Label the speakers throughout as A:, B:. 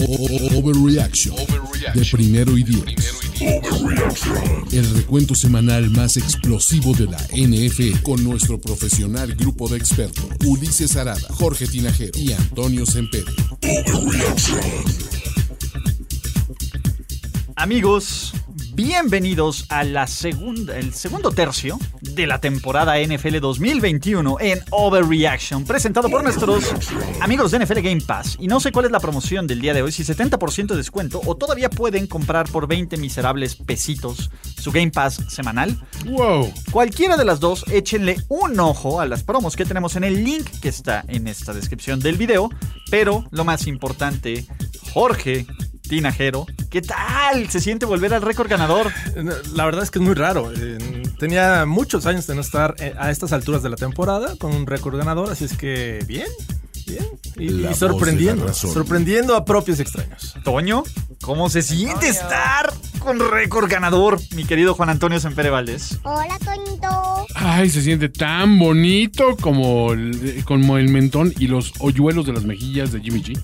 A: O- o- o- Overreaction de primero y diez. El recuento semanal más explosivo de la NFL con nuestro profesional grupo de expertos Ulises Arada, Jorge Tinajero y Antonio Sempere.
B: Amigos, bienvenidos a la segunda, el segundo tercio de la temporada NFL 2021 en Overreaction, presentado por nuestros amigos de NFL Game Pass. Y no sé cuál es la promoción del día de hoy, si 70% de descuento o todavía pueden comprar por 20 miserables pesitos su Game Pass semanal.
C: Wow.
B: Cualquiera de las dos, échenle un ojo a las promos que tenemos en el link que está en esta descripción del video. Pero lo más importante, Jorge Tinajero, ¿qué tal? ¿Se siente volver al récord ganador?
C: La verdad es que es muy raro. Eh, Tenía muchos años de no estar eh, a estas alturas de la temporada con un récord ganador, así es que bien, bien. Y,
A: La
C: y
A: voz de
C: sorprendiendo,
A: la razón.
C: sorprendiendo a propios extraños.
B: Toño, ¿cómo se siente estar con récord ganador, mi querido Juan Antonio Sempere Valdés?
D: Hola, Toñito.
E: Ay, se siente tan bonito como el, como el mentón y los hoyuelos de las mejillas de Jimmy G.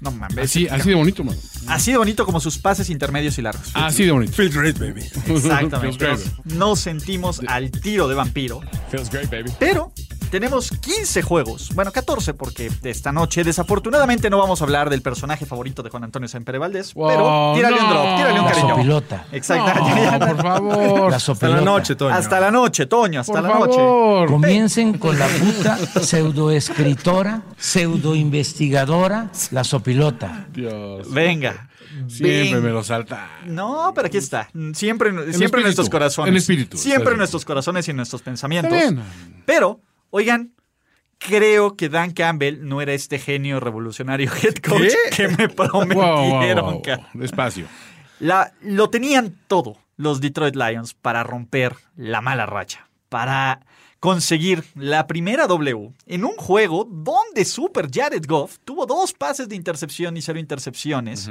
B: No mames.
E: Así, así de bonito, mano.
B: Así de bonito como sus pases intermedios y largos.
E: Así de bonito.
C: Feel great, baby.
B: Exactamente.
E: Feels
B: Nos, nos sentimos al tiro de vampiro.
E: Feels great, baby.
B: Pero tenemos 15 juegos, bueno 14 porque esta noche desafortunadamente no vamos a hablar del personaje favorito de Juan Antonio Sempere Valdés,
E: Wow,
B: pero tírale un
E: no.
B: drop, tírale un
E: La
B: cariño.
F: sopilota.
B: Exactamente.
E: por favor.
F: La
C: Hasta la
F: sopelota.
C: noche, Toño.
B: hasta la noche, Toño, hasta
E: por
B: la noche.
E: favor.
F: Comiencen con la puta pseudoescritora, pseudoinvestigadora, la sopilota.
E: Dios.
B: Venga.
E: Siempre
B: Ven-
E: me lo salta.
B: No, pero aquí está. Siempre, siempre en
E: espíritu,
B: nuestros corazones.
E: en espíritu.
B: Siempre en
E: Está
B: nuestros corazones y en nuestros pensamientos.
E: Está bien.
B: Pero, oigan, creo que Dan Campbell no era este genio revolucionario head coach que me
E: Wow, wow,
B: prometieron.
E: wow.
B: cara.
E: Despacio.
B: La- lo tenían todo los Detroit Lions para romper la mala racha, para conseguir la primera W en un juego donde Super Jared Goff tuvo dos pases de intercepción y cero intercepciones,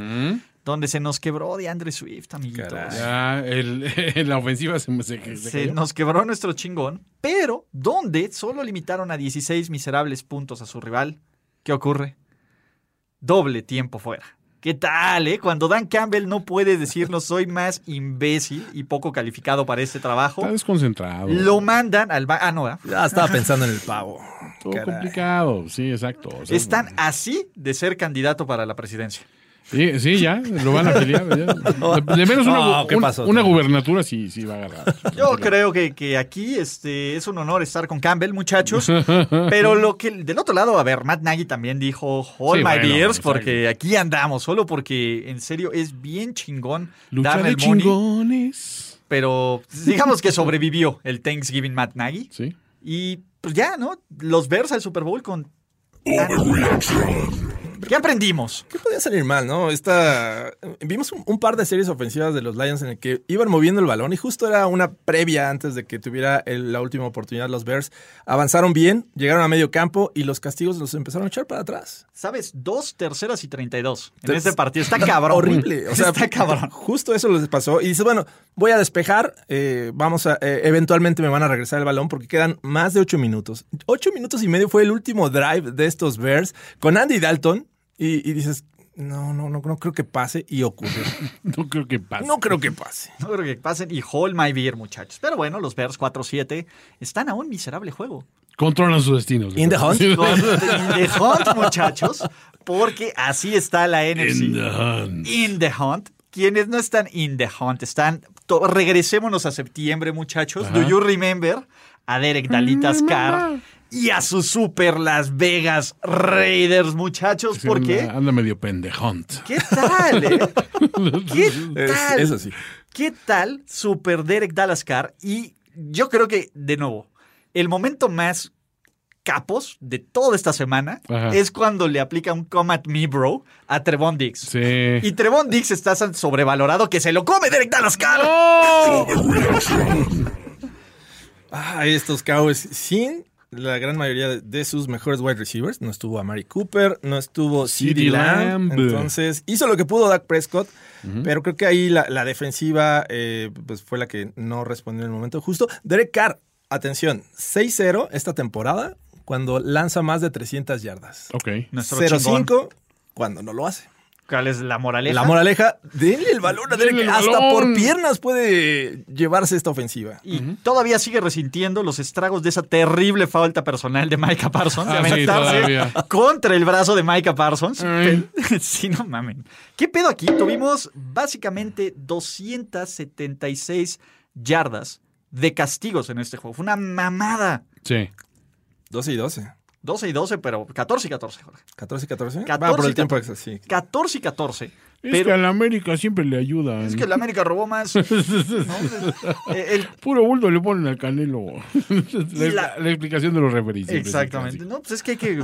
B: donde se nos quebró de Andre Swift, amiguitos.
C: Caray.
E: ¿Mm? Ya, el- la ofensiva se me se, se
B: Se
E: cayó.
B: nos quebró nuestro chingón, pero donde solo limitaron a 16 miserables puntos a su rival. ¿Qué ocurre? Doble tiempo fuera. ¿Qué tal, eh? Cuando Dan Campbell no puede decirnos soy más imbécil y poco calificado para este trabajo,
E: Está desconcentrado.
B: lo mandan al... ba- Ah, no, ¿verdad?
C: Ya estaba pensando en el pavo.
E: Todo
C: Caray.
E: complicado. Sí, exacto. O sea,
B: Están así de ser candidato para la presidencia.
E: Sí, sí, ya, lo van a pelear. ya. De, de menos una, gu-
C: No, ¿qué
E: un-
C: pasó?
E: una gubernatura sí, sí va a agarrar.
B: Yo creo que, que aquí este, es un honor estar con Campbell, muchachos. Pero lo que del otro lado, a ver, Matt Nagy también dijo All
E: Sí,
B: my
E: bueno,
B: beers,
E: exacto.
B: porque aquí andamos, solo porque en serio es bien chingón
E: Lucha
B: darle
E: de
B: el money.
E: chingones.
B: Pero digamos que sobrevivió el Thanksgiving Matt Nagy.
E: Sí.
B: Y pues ya, ¿no? Los Bears al Super Bowl con. ¿Qué aprendimos?
C: ¿Qué podía salir mal, no? Esta, vimos un, un par de series ofensivas de los Lions en el que iban moviendo el balón y justo era una previa antes de que tuviera el- la última oportunidad los Bears. Avanzaron bien, llegaron a medio campo y los castigos los empezaron a echar para atrás.
B: ¿Sabes? Dos terceras y 32 en
C: Ter-
B: este partido. Está cabrón.
C: Horrible. O sea,
B: está cabrón.
C: Justo eso les pasó. Y dices, bueno, voy a despejar. eh, vamos a, eh, eventualmente me van a regresar el balón porque quedan más de ocho minutos. Ocho minutos y medio fue el último drive de estos Bears con Andy Dalton. Y, y dices, no, no, no, no creo que pase. Y ocurre.
E: No creo que pase.
C: No creo que pase.
B: No creo que pasen. Y Hall My Beer, muchachos. Pero bueno, los Bears 4-7 están a un miserable juego.
E: Controlan sus destinos.
C: In the hunt.
E: Sí.
B: Con The Hunt, muchachos. Porque así está la NFC.
E: In the hunt.
B: In the Hunt. Quienes no están in the hunt, están. to- Regresémonos a septiembre, muchachos. Do you remember? A Derek Dalitas Carr y a su super Las Vegas Raiders, muchachos.
E: Sí,
B: ¿Por
E: anda-
B: qué?
E: Anda, medio pendejón.
B: ¿Qué tal, eh? ¿Qué tal?
C: eso sí.
B: ¿Qué tal Super Derek Dallascar? Y yo creo que, de nuevo, el momento más capos de toda esta semana
E: Ajá.
B: es cuando le aplica un come at me, bro, a Trevon Dix.
E: Sí.
B: Y Trevon Dix está tan sobrevalorado que se lo come directa a las caras.
C: Ay, estos Cowboys sin la gran mayoría de- de sus mejores wide receivers. No estuvo a Mari Cooper, no estuvo
E: CeeDee
C: CD Lamb.
E: Lamb.
C: Entonces hizo lo que pudo Dak Prescott, pero creo que ahí la, la defensiva eh, pues fue la que no respondió en el momento justo. Derek Carr, atención, 6-0 esta temporada cuando lanza más de 300 yardas.
E: Ok.
B: Nuestro chingón.
C: 0-5 cuando no lo hace.
B: ¿Cuál es la moraleja?
C: La moraleja, denle el balón a Derek.
E: Denle el
C: Hasta
E: balón.
C: por piernas puede llevarse esta ofensiva.
B: Y todavía sigue resintiendo los estragos de esa terrible falta personal de Micah Parsons. de
E: Ah, sí,
B: aventarse
E: todavía.
B: contra el brazo de Micah Parsons.
E: Ay.
B: Pero- sí, no mamen. ¿Qué pedo aquí? Tuvimos básicamente 276 yardas de castigos en este juego. Fue una mamada.
E: Sí.
C: 12 y 12.
B: 12 y 12, pero 14 y 14, Jorge.
C: 14 y 14.
B: 14
C: Va por
B: y
C: el tiempo extra, sí.
B: 14 y 14.
E: es que
B: Pero
E: a la América siempre le ayuda.
B: es que la América robó más. ¿no? Eh, el
E: Puro bulto le ponen al canelo. la,
B: la-
E: la explicación de los referees. siempre es el
B: Exactamente. No, pues es que hay que.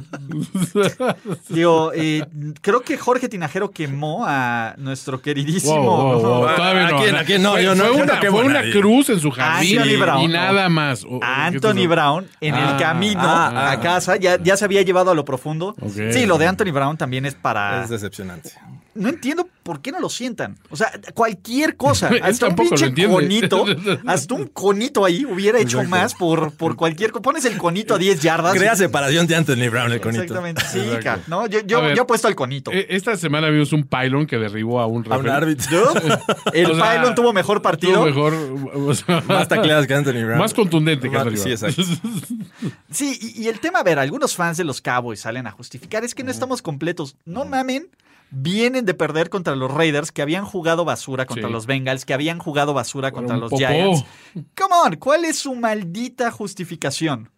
B: Digo, eh, creo que Jorge Tinajero quemó a nuestro queridísimo.
E: Wow, wow, wow.
C: Ah,
E: Todavía
C: ¿a
E: no.
C: quién, a quién? No,
E: fue,
C: yo no,
E: fue
C: yo
E: una,
C: no
E: fue
C: quemo a
E: una
C: nadie.
E: cruz en su jardín
B: Anthony Brown,
E: y
B: no.
E: nada más. O- o-
B: A
E: ¿qué estás-
B: Anthony Brown en
E: Ah,
B: el camino
C: ah,
B: a
C: ah.
B: casa ya, ya se había llevado a lo profundo.
E: Ok.
B: Sí, lo de Anthony Brown también es para.
C: Es decepcionante.
B: No entiendo por qué no lo sientan. O sea, cualquier cosa.
E: Él
B: Hasta un
E: tampoco lo
B: pinche
E: entiende.
B: conito. Hasta un conito ahí hubiera hecho
C: Exacto.
B: más por, por cualquier cosa. Pones el conito a 10 yardas.
C: Crea separación de Anthony Brown, el conito.
B: Ah, Exactamente. Sí,
E: Exacto.
B: ca- No, yo, yo,
E: A ver.
B: yo apuesto al conito.
E: Eh, Esta semana vimos un pylon que derribó a
C: A
E: un
C: un
E: referee.
C: árbitro.
B: El
E: O sea,
B: Pylon tuvo mejor partido.
E: Tuvo mejor. o sea,
C: Más tacleadas que Anthony Brown.
E: más contundente que
C: Más-
E: Anthony
C: Sí,
E: Brown.
C: exacto.
B: Sí, y, y el tema, a ver, algunos fans de los Cowboys salen a justificar, es que no estamos completos. No mamen, vienen de perder contra los Raiders, que habían jugado basura contra
E: Sí.
B: los Bengals, que habían jugado basura contra
E: un
B: los
E: popó.
B: Giants. Come on, ¿cuál es su maldita justificación?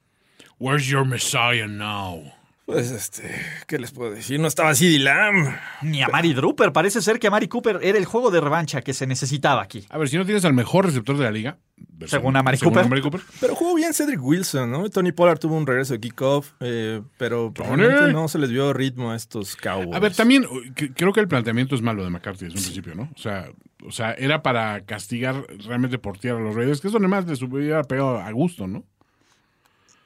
E: Where's your Messiah now?
C: Pues este, ¿qué les puedo decir? No estaba así Lamb.
B: Ni a Mari Drooper, parece ser que a Mari Cooper era el juego de revancha que se necesitaba aquí.
E: A ver, si no tienes al mejor receptor de la liga.
B: Según a Mari Cooper.
C: Pero jugó bien Cedric Wilson, ¿no? Tony Pollard tuvo un regreso de kickoff, eh, pero probablemente no se les dio ritmo a estos Cowboys.
E: A
B: Pues.
E: ver, también eh, que- creo que el planteamiento es malo de McCarthy desde un principio, ¿no? O sea, o sea, era para castigar realmente por tierra a los Raiders, que eso nada más les hubiera pegado a gusto, ¿no?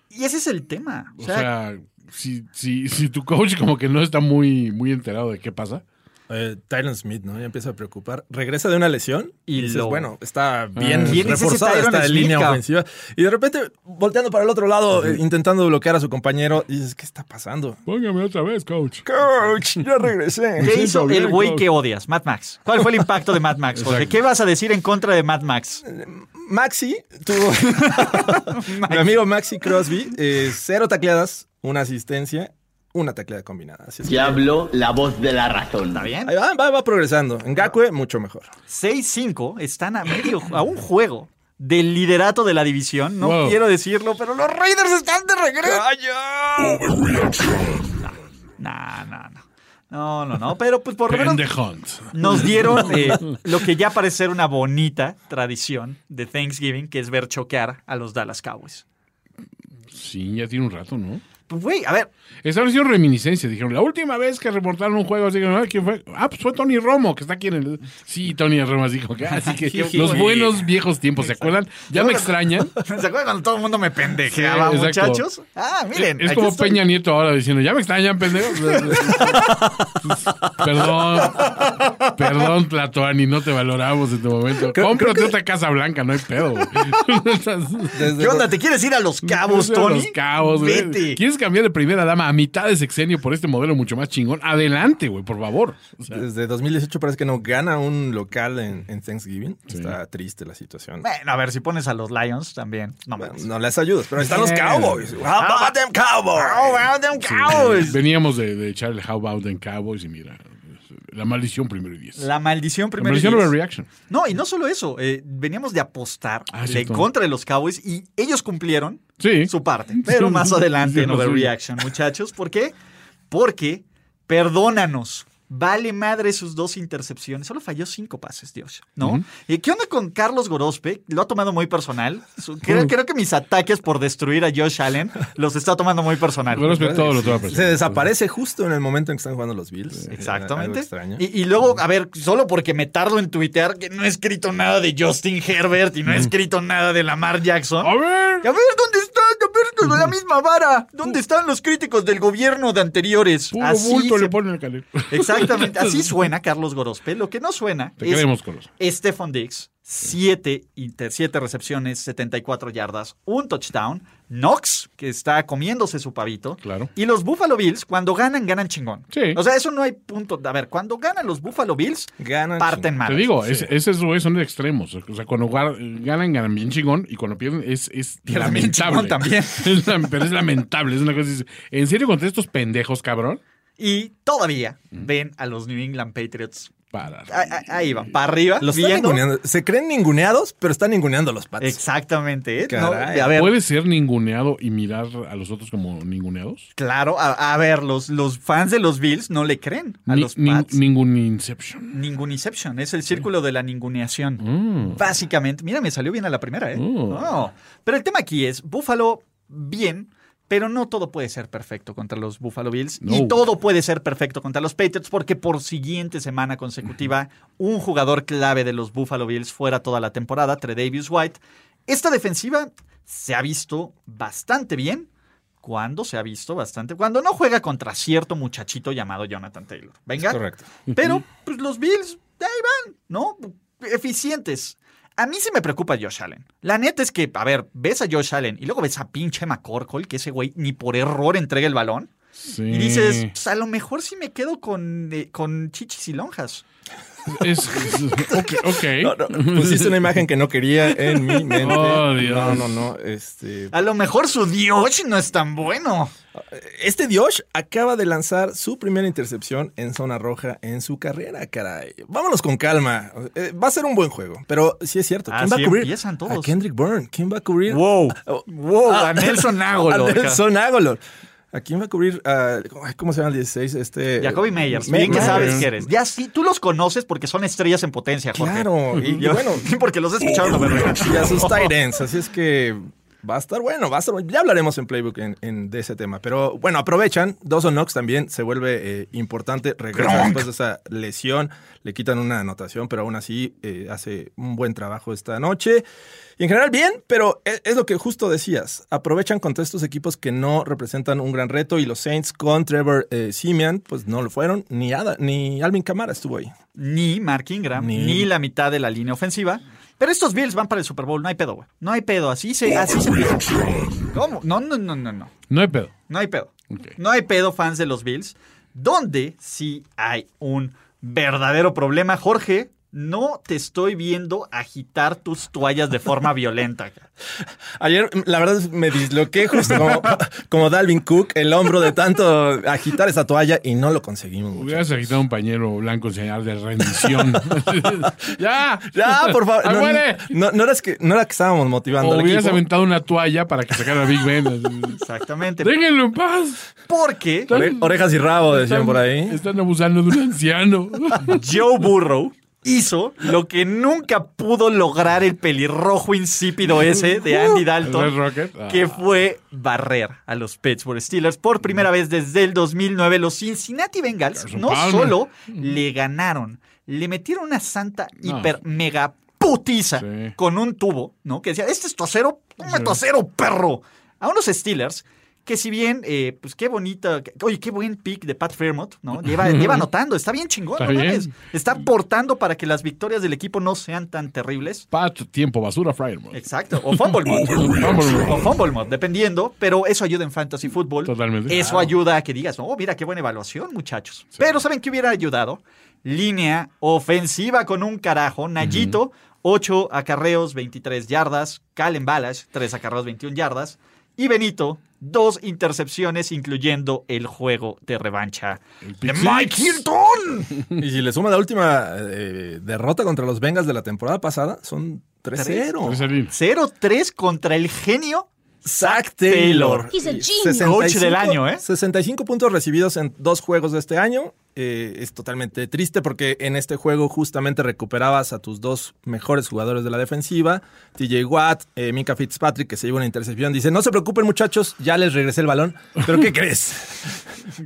B: Y ese es el tema.
E: O sea, si, si, si tu coach como que no está muy, muy enterado de qué pasa.
C: Eh, Tyron Smith, ¿no? Ya empieza a preocupar. Regresa de una lesión
B: Y
C: y dices,
B: lo-
C: bueno, está bien
E: Ah.
B: ¿Quién es ese
C: reforzada
B: Tyron
C: esta
B: Smith,
C: línea
B: cabrón?
C: ofensiva. Y de repente, volteando para el otro lado, eh, intentando bloquear a su compañero, y dices, ¿qué está pasando?
E: Póngame otra vez, coach.
C: Coach, ya regresé.
B: ¿Qué hizo
E: bien,
B: el güey
E: Doc.
B: que odias? Mad Max. ¿Cuál fue el impacto de Mad Max? Jorge?
E: Exacto.
B: ¿Qué vas a decir en contra de Mad Max?
C: Maxi tuvo. Mi amigo Maxi Crosby, eh, cero tacleadas, una asistencia, una tacleada combinada. Así es que
D: Te hablo la voz de la razón.
B: ¿Está bien?
C: ahí va, va, va progresando. En Gakwe, mucho mejor.
B: 6-5 están a medio, a un juego del liderato de la división. No
E: Wow.
B: quiero decirlo, pero los Raiders están de regreso. No, no, no. No, no, no. Pero pues por lo menos
E: the Hunt.
B: nos dieron eh, lo que ya parece ser una bonita tradición de Thanksgiving, que es ver choquear a los Dallas Cowboys.
E: Sí, ya tiene un rato, ¿no?
B: Pues, güey, a ver,
E: Estaban haciendo reminiscencias. Dijeron, la última vez que reportaron un juego, así que, "Ah, ¿quién fue? Ah, pues fue Tony Romo, que está aquí en el. Sí, Tony Romo dijo que. Así que los buenos viejos tiempos, ¿se acuerdan? Ya me extrañan.
B: ¿se acuerdan cuando todo el mundo me pendejeaba,
E: Sí, exacto.
B: muchachos? Ah, miren.
E: Es
B: aquí
E: como
B: estoy.
E: Peña Nieto ahora diciendo, ya me extrañan, pendejo. perdón, perdón, Tlatoani, no te valoramos en tu momento. Cómprate otra casa blanca, no hay pedo. güey.
C: Desde
B: ¿Qué onda? ¿Te quieres ir a los cabos,
E: Los
B: Tony?
E: cabos, güey.
B: Vete.
E: ¿Quieres cambiar de primera dama a mitad de sexenio por este modelo mucho más chingón? Adelante, güey, por favor. O sea,
C: Desde 2018 parece que no gana un local en, en Thanksgiving. Está triste la situación.
B: Bueno, a ver, si pones a los Lions también. No me
C: Bueno, No les ayudas, pero ahí están los Cowboys. How about them
B: Oh,
C: Cowboys?
B: wow, them cows.
E: veníamos de, de echar el How About and Cowboys y mira, la maldición primero y diez. La,
B: La maldición primero. y
E: maldición
B: diez.
E: overreaction.
B: No, y no solo eso. eh, veníamos de apostar
E: Ah,
B: en
E: cierto.
B: contra de los Cowboys y ellos cumplieron
E: Sí.
B: su parte. Pero más adelante
E: Sí,
B: en
E: lo suyo.
B: Overreaction, muchachos. ¿Por qué? Porque perdónanos. Vale madre sus dos intercepciones. Solo falló cinco pases, Dios. ¿No? ¿Y qué onda con Carlos Gorospe? Lo ha tomado muy personal. Su- Creo, creo que mis ataques por destruir a Josh Allen los está tomando muy personal.
E: Bueno, espero todo lo toma
C: Se
E: personal.
C: desaparece justo en el momento en que están jugando los Bills. Eh, Algo
B: Exactamente.
C: extraño.
B: Y, y luego, a ver, solo porque me tardo en tuitear que no he escrito nada de Justin Herbert y
E: Mm.
B: no he escrito nada de Lamar Jackson.
E: A ver.
B: A ver, ¿dónde está? A ver, con la misma vara. ¿Dónde están los críticos del gobierno de anteriores?
E: Puro bulto
B: se-
E: le ponen al calero.
B: Exactamente. Así suena Carlos Gorospe. Lo que no suena
E: Te
B: es
E: queremos, Colos.
B: Stephon Diggs. Siete, inter- siete recepciones, 74 yardas, un touchdown. Knox, que está comiéndose su pavito.
E: Claro.
B: Y los Buffalo Bills, cuando ganan, ganan chingón.
E: Sí.
B: O sea, eso no hay punto. A ver, cuando ganan los Buffalo Bills,
C: Ganan
B: parten
C: chingón.
B: mal.
E: Te digo, es- esos güeyes son de extremos. O sea, cuando guar- ganan, ganan bien chingón y cuando pierden es, es
B: Pierden bien
E: lamentable.
B: chingón también.
E: Es lam- pero es lamentable. Es una cosa. que dices, ¿En serio contra estos pendejos, cabrón?
B: Y todavía ven a los New England Patriots.
E: Para.
B: Ahí, ahí van, para arriba.
C: Los están
B: viendo.
C: ninguneando. Se creen ninguneados, pero están ninguneando a los Pats.
B: Exactamente. ¿eh? No,
C: Caray.
B: a ver,
E: ¿Puede ser ninguneado y mirar a los otros como ninguneados?
B: Claro, a, a ver, los, los fans de los Bills no le creen a
E: Ni-
B: los
E: nin-
B: Pats.
E: ningún Inception.
B: Ningún inception, es el círculo de la ninguneación. Básicamente, mira, me salió bien a la primera, ¿eh?
E: Mm.
B: No. Pero el tema aquí es, Buffalo, bien, pero no todo puede ser perfecto contra los Buffalo Bills. Y
E: No.
B: todo puede ser perfecto contra los Patriots porque por siguiente semana consecutiva, un jugador clave de los Buffalo Bills fuera toda la temporada, Tredavious White. Esta defensiva se ha visto bastante bien. Cuando se ha visto bastante, cuando no juega contra cierto muchachito llamado Jonathan Taylor. Venga.
C: correcto.
B: Pero pues, los Bills, de ahí van, ¿no? Eficientes. A mí sí me preocupa Josh Allen. La neta es que, a ver, ves a Josh Allen y luego ves a pinche McCorkle, que ese güey ni por error entrega el balón.
E: Sí.
B: Y dices, pues, a lo mejor sí me quedo con, eh, con chichis y lonjas.
E: Es- es- ok. ok.
C: No, no, pusiste
B: em-
C: una imagen que no quería en mi mente.
E: Oh, Dios.
C: No, no, no. Este,
B: A lo mejor su Dios no es tan bueno.
C: este Dios acaba de lanzar su primera intercepción en zona roja en su carrera, caray. Vámonos con calma. Eh, va a ser un buen juego, pero sí es cierto. ¿Quién
B: Así
C: va a cubrir?
B: empiezan todos.
C: A Kendrick Byrne. ¿Quién va a cubrir?
B: Wow.
C: Oh,
B: Wow, a Nelson Agolor.
C: A Nelson Agolor. ¿A quién va a cubrir? Ah, ay, ¿Cómo se llama el 16? Este,
B: Jacoby Meyers,
C: Me-
B: bien que
C: Meyers.
B: sabes que eres. Ya sí, tú los conoces porque son estrellas en potencia, Jorge.
C: Claro, y, y
B: Yo-
C: bueno,
B: porque los he escuchado la verdad.
C: y a sus tight ends, así es que va a estar bueno, va a estar bueno. Ya hablaremos en Playbook en, en- de ese tema, pero bueno, aprovechan, Dawson Knox también se vuelve eh, importante, regresa después de esa lesión, le quitan una anotación, pero aún así eh, hace un buen trabajo esta noche. Y en general bien, pero e- es, lo que justo decías, aprovechan contra estos equipos que no representan un gran reto y los Saints con Trevor eh, Simeon, pues no lo fueron, ni, Ada- ni Alvin Camara estuvo ahí.
B: ni Mark Ingram, ni,
C: Ni-
B: la mitad de la línea ofensiva. Pero estos Bills van para el Super Bowl, no hay pedo, güey. No hay pedo, así se... Así se empieza. ¿Cómo? No, no, no, no, no.
E: No hay pedo.
B: No hay pedo.
E: Ok.
B: No hay pedo, fans de los Bills. Donde sí hay un verdadero problema, Jorge. No te estoy viendo agitar tus toallas de forma violenta.
C: Ayer, la verdad, me disloqué justo como, como Dalvin Cook, el hombro de tanto agitar esa toalla y no lo conseguimos. muchachos.
E: Hubieras agitado un pañuelo blanco en señal de rendición. ya. Ah,
C: Ya, por favor. No,
E: ¡Afuere!
C: no, no era es que, no era que estábamos motivando.
E: O
C: al
E: hubieras
C: equipo.
E: aventado una toalla para que sacara a Big Ben. Así.
B: Exactamente.
E: Déjenlo en paz.
B: Porque
C: Ore- orejas y rabo, decían por ahí.
E: Están abusando de un anciano.
B: Joe Burrow hizo lo que nunca pudo lograr el pelirrojo insípido ese de Andy
E: ¿El Red
B: Dalton,
E: Rocket? Ah.
B: que fue barrer a los Pittsburgh Steelers por primera vez desde el 2009. Los Cincinnati Bengals
E: Carson
B: no
E: Palmer.
B: solo le ganaron, le metieron una santa
E: Mm. No.
B: hiper mega putiza
E: Sí.
B: con un tubo, ¿no? Que decía, este es tu acero, toma tu acero, perro. A unos Steelers que si bien, eh, pues qué bonita, oye, qué buen pick de Pat Fairmont, ¿no? Lleva, lleva anotando, está bien chingón,
E: Está
B: no mames.
E: bien.
B: Está aportando para que las victorias del equipo no sean tan terribles.
E: Pat, tiempo, basura, fryer. man.
B: Exacto, o fumble mode.
E: Fumble mode.
B: o fumble mode, dependiendo, pero eso ayuda en fantasy fútbol.
E: Totalmente.
B: Eso
E: Claro.
B: ayuda a que digas, oh, mira qué buena evaluación, muchachos. Pero ¿saben qué hubiera ayudado? Línea ofensiva con un carajo, Nayito, 8 acarreos, 23 yardas, Calen Balash, 3 acarreos, 21 yardas, y Benito, dos intercepciones, incluyendo el juego de revancha de
E: pick
B: Mike
E: six.
B: Hilton.
C: Y si le suma la última eh, derrota contra los Bengals de la temporada pasada, son
E: Tres
C: 3-0.
E: salín.
B: 0-3 contra el genio
C: Zach Taylor.
G: He's a genius.
C: Y 65
B: Coach del año, ¿eh?
C: 65 puntos recibidos en dos juegos de este año. eh, es totalmente triste porque en este juego justamente recuperabas a tus dos mejores jugadores de la defensiva, TJ Watt, eh, Mika Fitzpatrick, que se lleva una intercepción. Dice, no se preocupen muchachos, ya les regresé el balón. ¿Pero qué crees?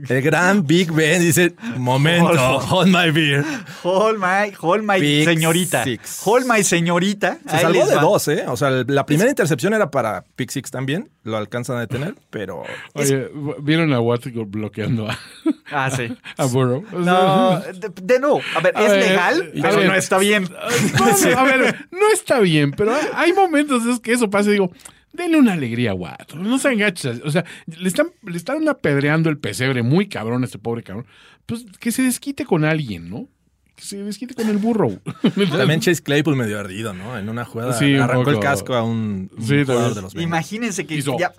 C: El gran Big Ben dice, momento, hold my beer.
B: Hold my, hold my
C: Pick
B: señorita.
C: six.
B: Hold my señorita.
C: Se
B: Ahí
C: salvó
B: les
C: de
B: va.
C: dos, ¿eh? O sea, la primera intercepción era para Pick Six también, lo alcanzan a detener, pero...
E: Oye, ¿vieron a Watt bloqueando a,
B: Ah, sí.
E: a Burrow?
B: No, de, de nuevo. A ver,
E: A
B: es
E: ver,
B: legal,
E: a
B: pero
E: ver.
B: no está bien.
E: No, no, a ver, no está bien, pero hay- hay momentos en los que eso pasa y digo, denle una alegría a Watt, no se enganches. O sea, le están, le están apedreando el pesebre muy cabrón a este pobre cabrón. Pues que se desquite con alguien, ¿no? Que se desquite con el burro.
C: También Chase Claypool medio ardido, ¿no? En una jugada
E: Sí, un
C: arrancó el
E: poco.
C: casco a un, un
E: Sí, también.
C: jugador de los Bengals.
B: Imagínense que
E: Hizo.
B: ya,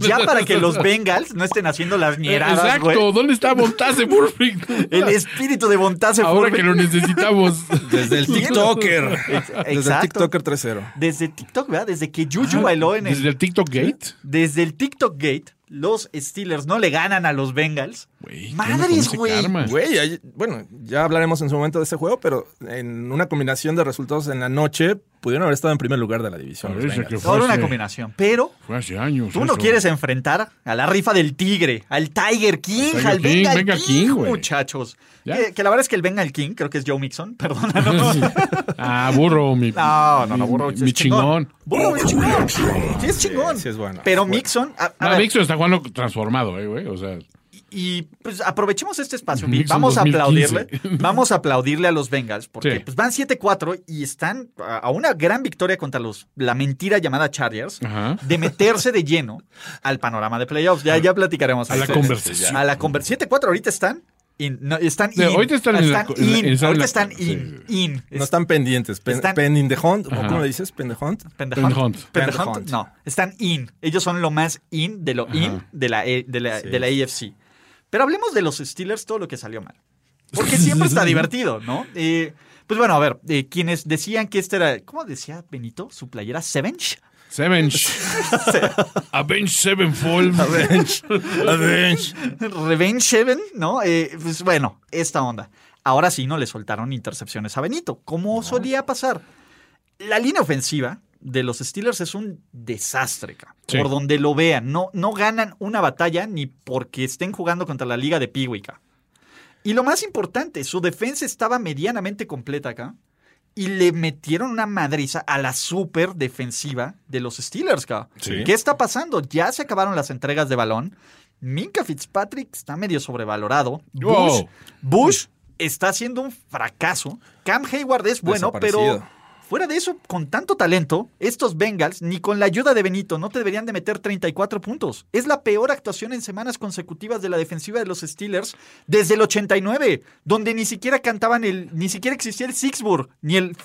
B: ya para que los Bengals no estén haciendo las ñeradas,
E: Eh, Exacto,
B: güey.
E: ¿dónde está Montase Burfict?
B: El espíritu de Montase
E: Ahora
B: Furby.
E: que lo necesitamos.
C: Desde el TikToker. Desde el
B: Exacto.
C: TikToker 3-0.
B: Desde TikTok, ¿verdad? Desde que Juju bailó en el...
E: Desde el TikTok Gate.
B: Desde el TikTok Gate, los Steelers no le ganan a los Bengals.
E: Güey, ¿qué onda
B: Madres,
E: con ese
B: güey.
E: karma?
C: Güey, ahí- bueno, ya hablaremos en su momento de este juego, pero en una combinación de resultados en la noche, pudieron haber estado en primer lugar de la división. los
E: Parece
C: Bengals.
E: que fue
B: Ahora una
E: hace-
B: combinación. Pero
E: Fue hace años.
B: tú no
E: eso.
B: quieres enfrentar a la rifa del Tigre, al Tiger King,
E: Tiger
B: al
E: King,
B: Bengal
E: Bengal
B: King,
E: King, güey.
B: muchachos.
E: Ya.
B: Que, que la verdad es que el Bengal King, creo que es Joe Mixon, perdona. No,
E: Ah, burro, mi.
B: no, no, no,
E: mi-
B: burro,
E: Mi,
B: es
E: chingón.
B: Burro es chingón. Sí, es chingón.
C: sí es bueno.
B: Pero
C: Bueno.
B: Mixon. a- a
E: Ah,
B: ver,
E: Mixon está jugando transformado, eh, güey. O sea,
B: y pues aprovechemos este espacio. Vic.
E: Mixon
B: Vamos a
E: 2015.
B: aplaudirle. Vamos a aplaudirle a los Bengals porque
E: Sí.
B: pues, van 7-4 y están a a una gran victoria contra los la mentira llamada Chargers
E: Ajá.
B: de meterse de lleno al panorama de playoffs. Ya, ya platicaremos.
E: a la
B: esto.
E: conversación.
B: A la conversión. 7-4 ahorita están. in. No, están
E: Sí,
B: in.
E: ahorita están en la- en la-
B: in.
E: en la-
B: ahorita están
E: sí,
B: in.
E: sí,
B: in.
C: No están pendientes. Pen,
B: Están-
C: Pending the hunt. ¿o
E: Ajá.
C: ¿Cómo le dices? Pending the hunt.
B: Pendejunt.
E: Pendejunt.
B: Pendejunt,
C: Pendejunt.
B: No, están in. Ellos son lo más in de lo in de la, E- de, la, de la AFC. Pero hablemos de los Steelers, todo lo que salió mal. Porque siempre está divertido, ¿no? Eh, pues bueno, a ver, eh, quienes decían que este era, ¿cómo decía Benito? ¿Su playera Sevenge?
E: Sevenge. Avenge Sevenfold.
C: Avenge.
B: Revenge Seven, ¿no? Eh, pues bueno, esta onda. Ahora sí no le soltaron intercepciones a Benito, como solía pasar. La línea ofensiva de los Steelers es un desastre, cabrón.
E: Sí.
B: por donde lo vean. No, no ganan una batalla ni porque estén jugando contra la liga de Piwica. Y lo más importante, su defensa estaba medianamente completa acá. Y le metieron una madriza a la super defensiva de los Steelers, cabrón.
C: Sí.
B: ¿Qué está pasando? Ya se acabaron las entregas de balón. Minka Fitzpatrick está medio sobrevalorado. Bush,
E: Wow.
B: Bush está haciendo un fracaso. Cam Hayward es bueno, pero
C: Desaparecido.
B: fuera de eso, con tanto talento, estos Bengals, ni con la ayuda de Benito, no te deberían de meter 34 puntos. Es la peor actuación en semanas consecutivas de la defensiva de los Steelers desde el 89, donde ni siquiera cantaban el, ni siquiera existía el Sixburg, ni el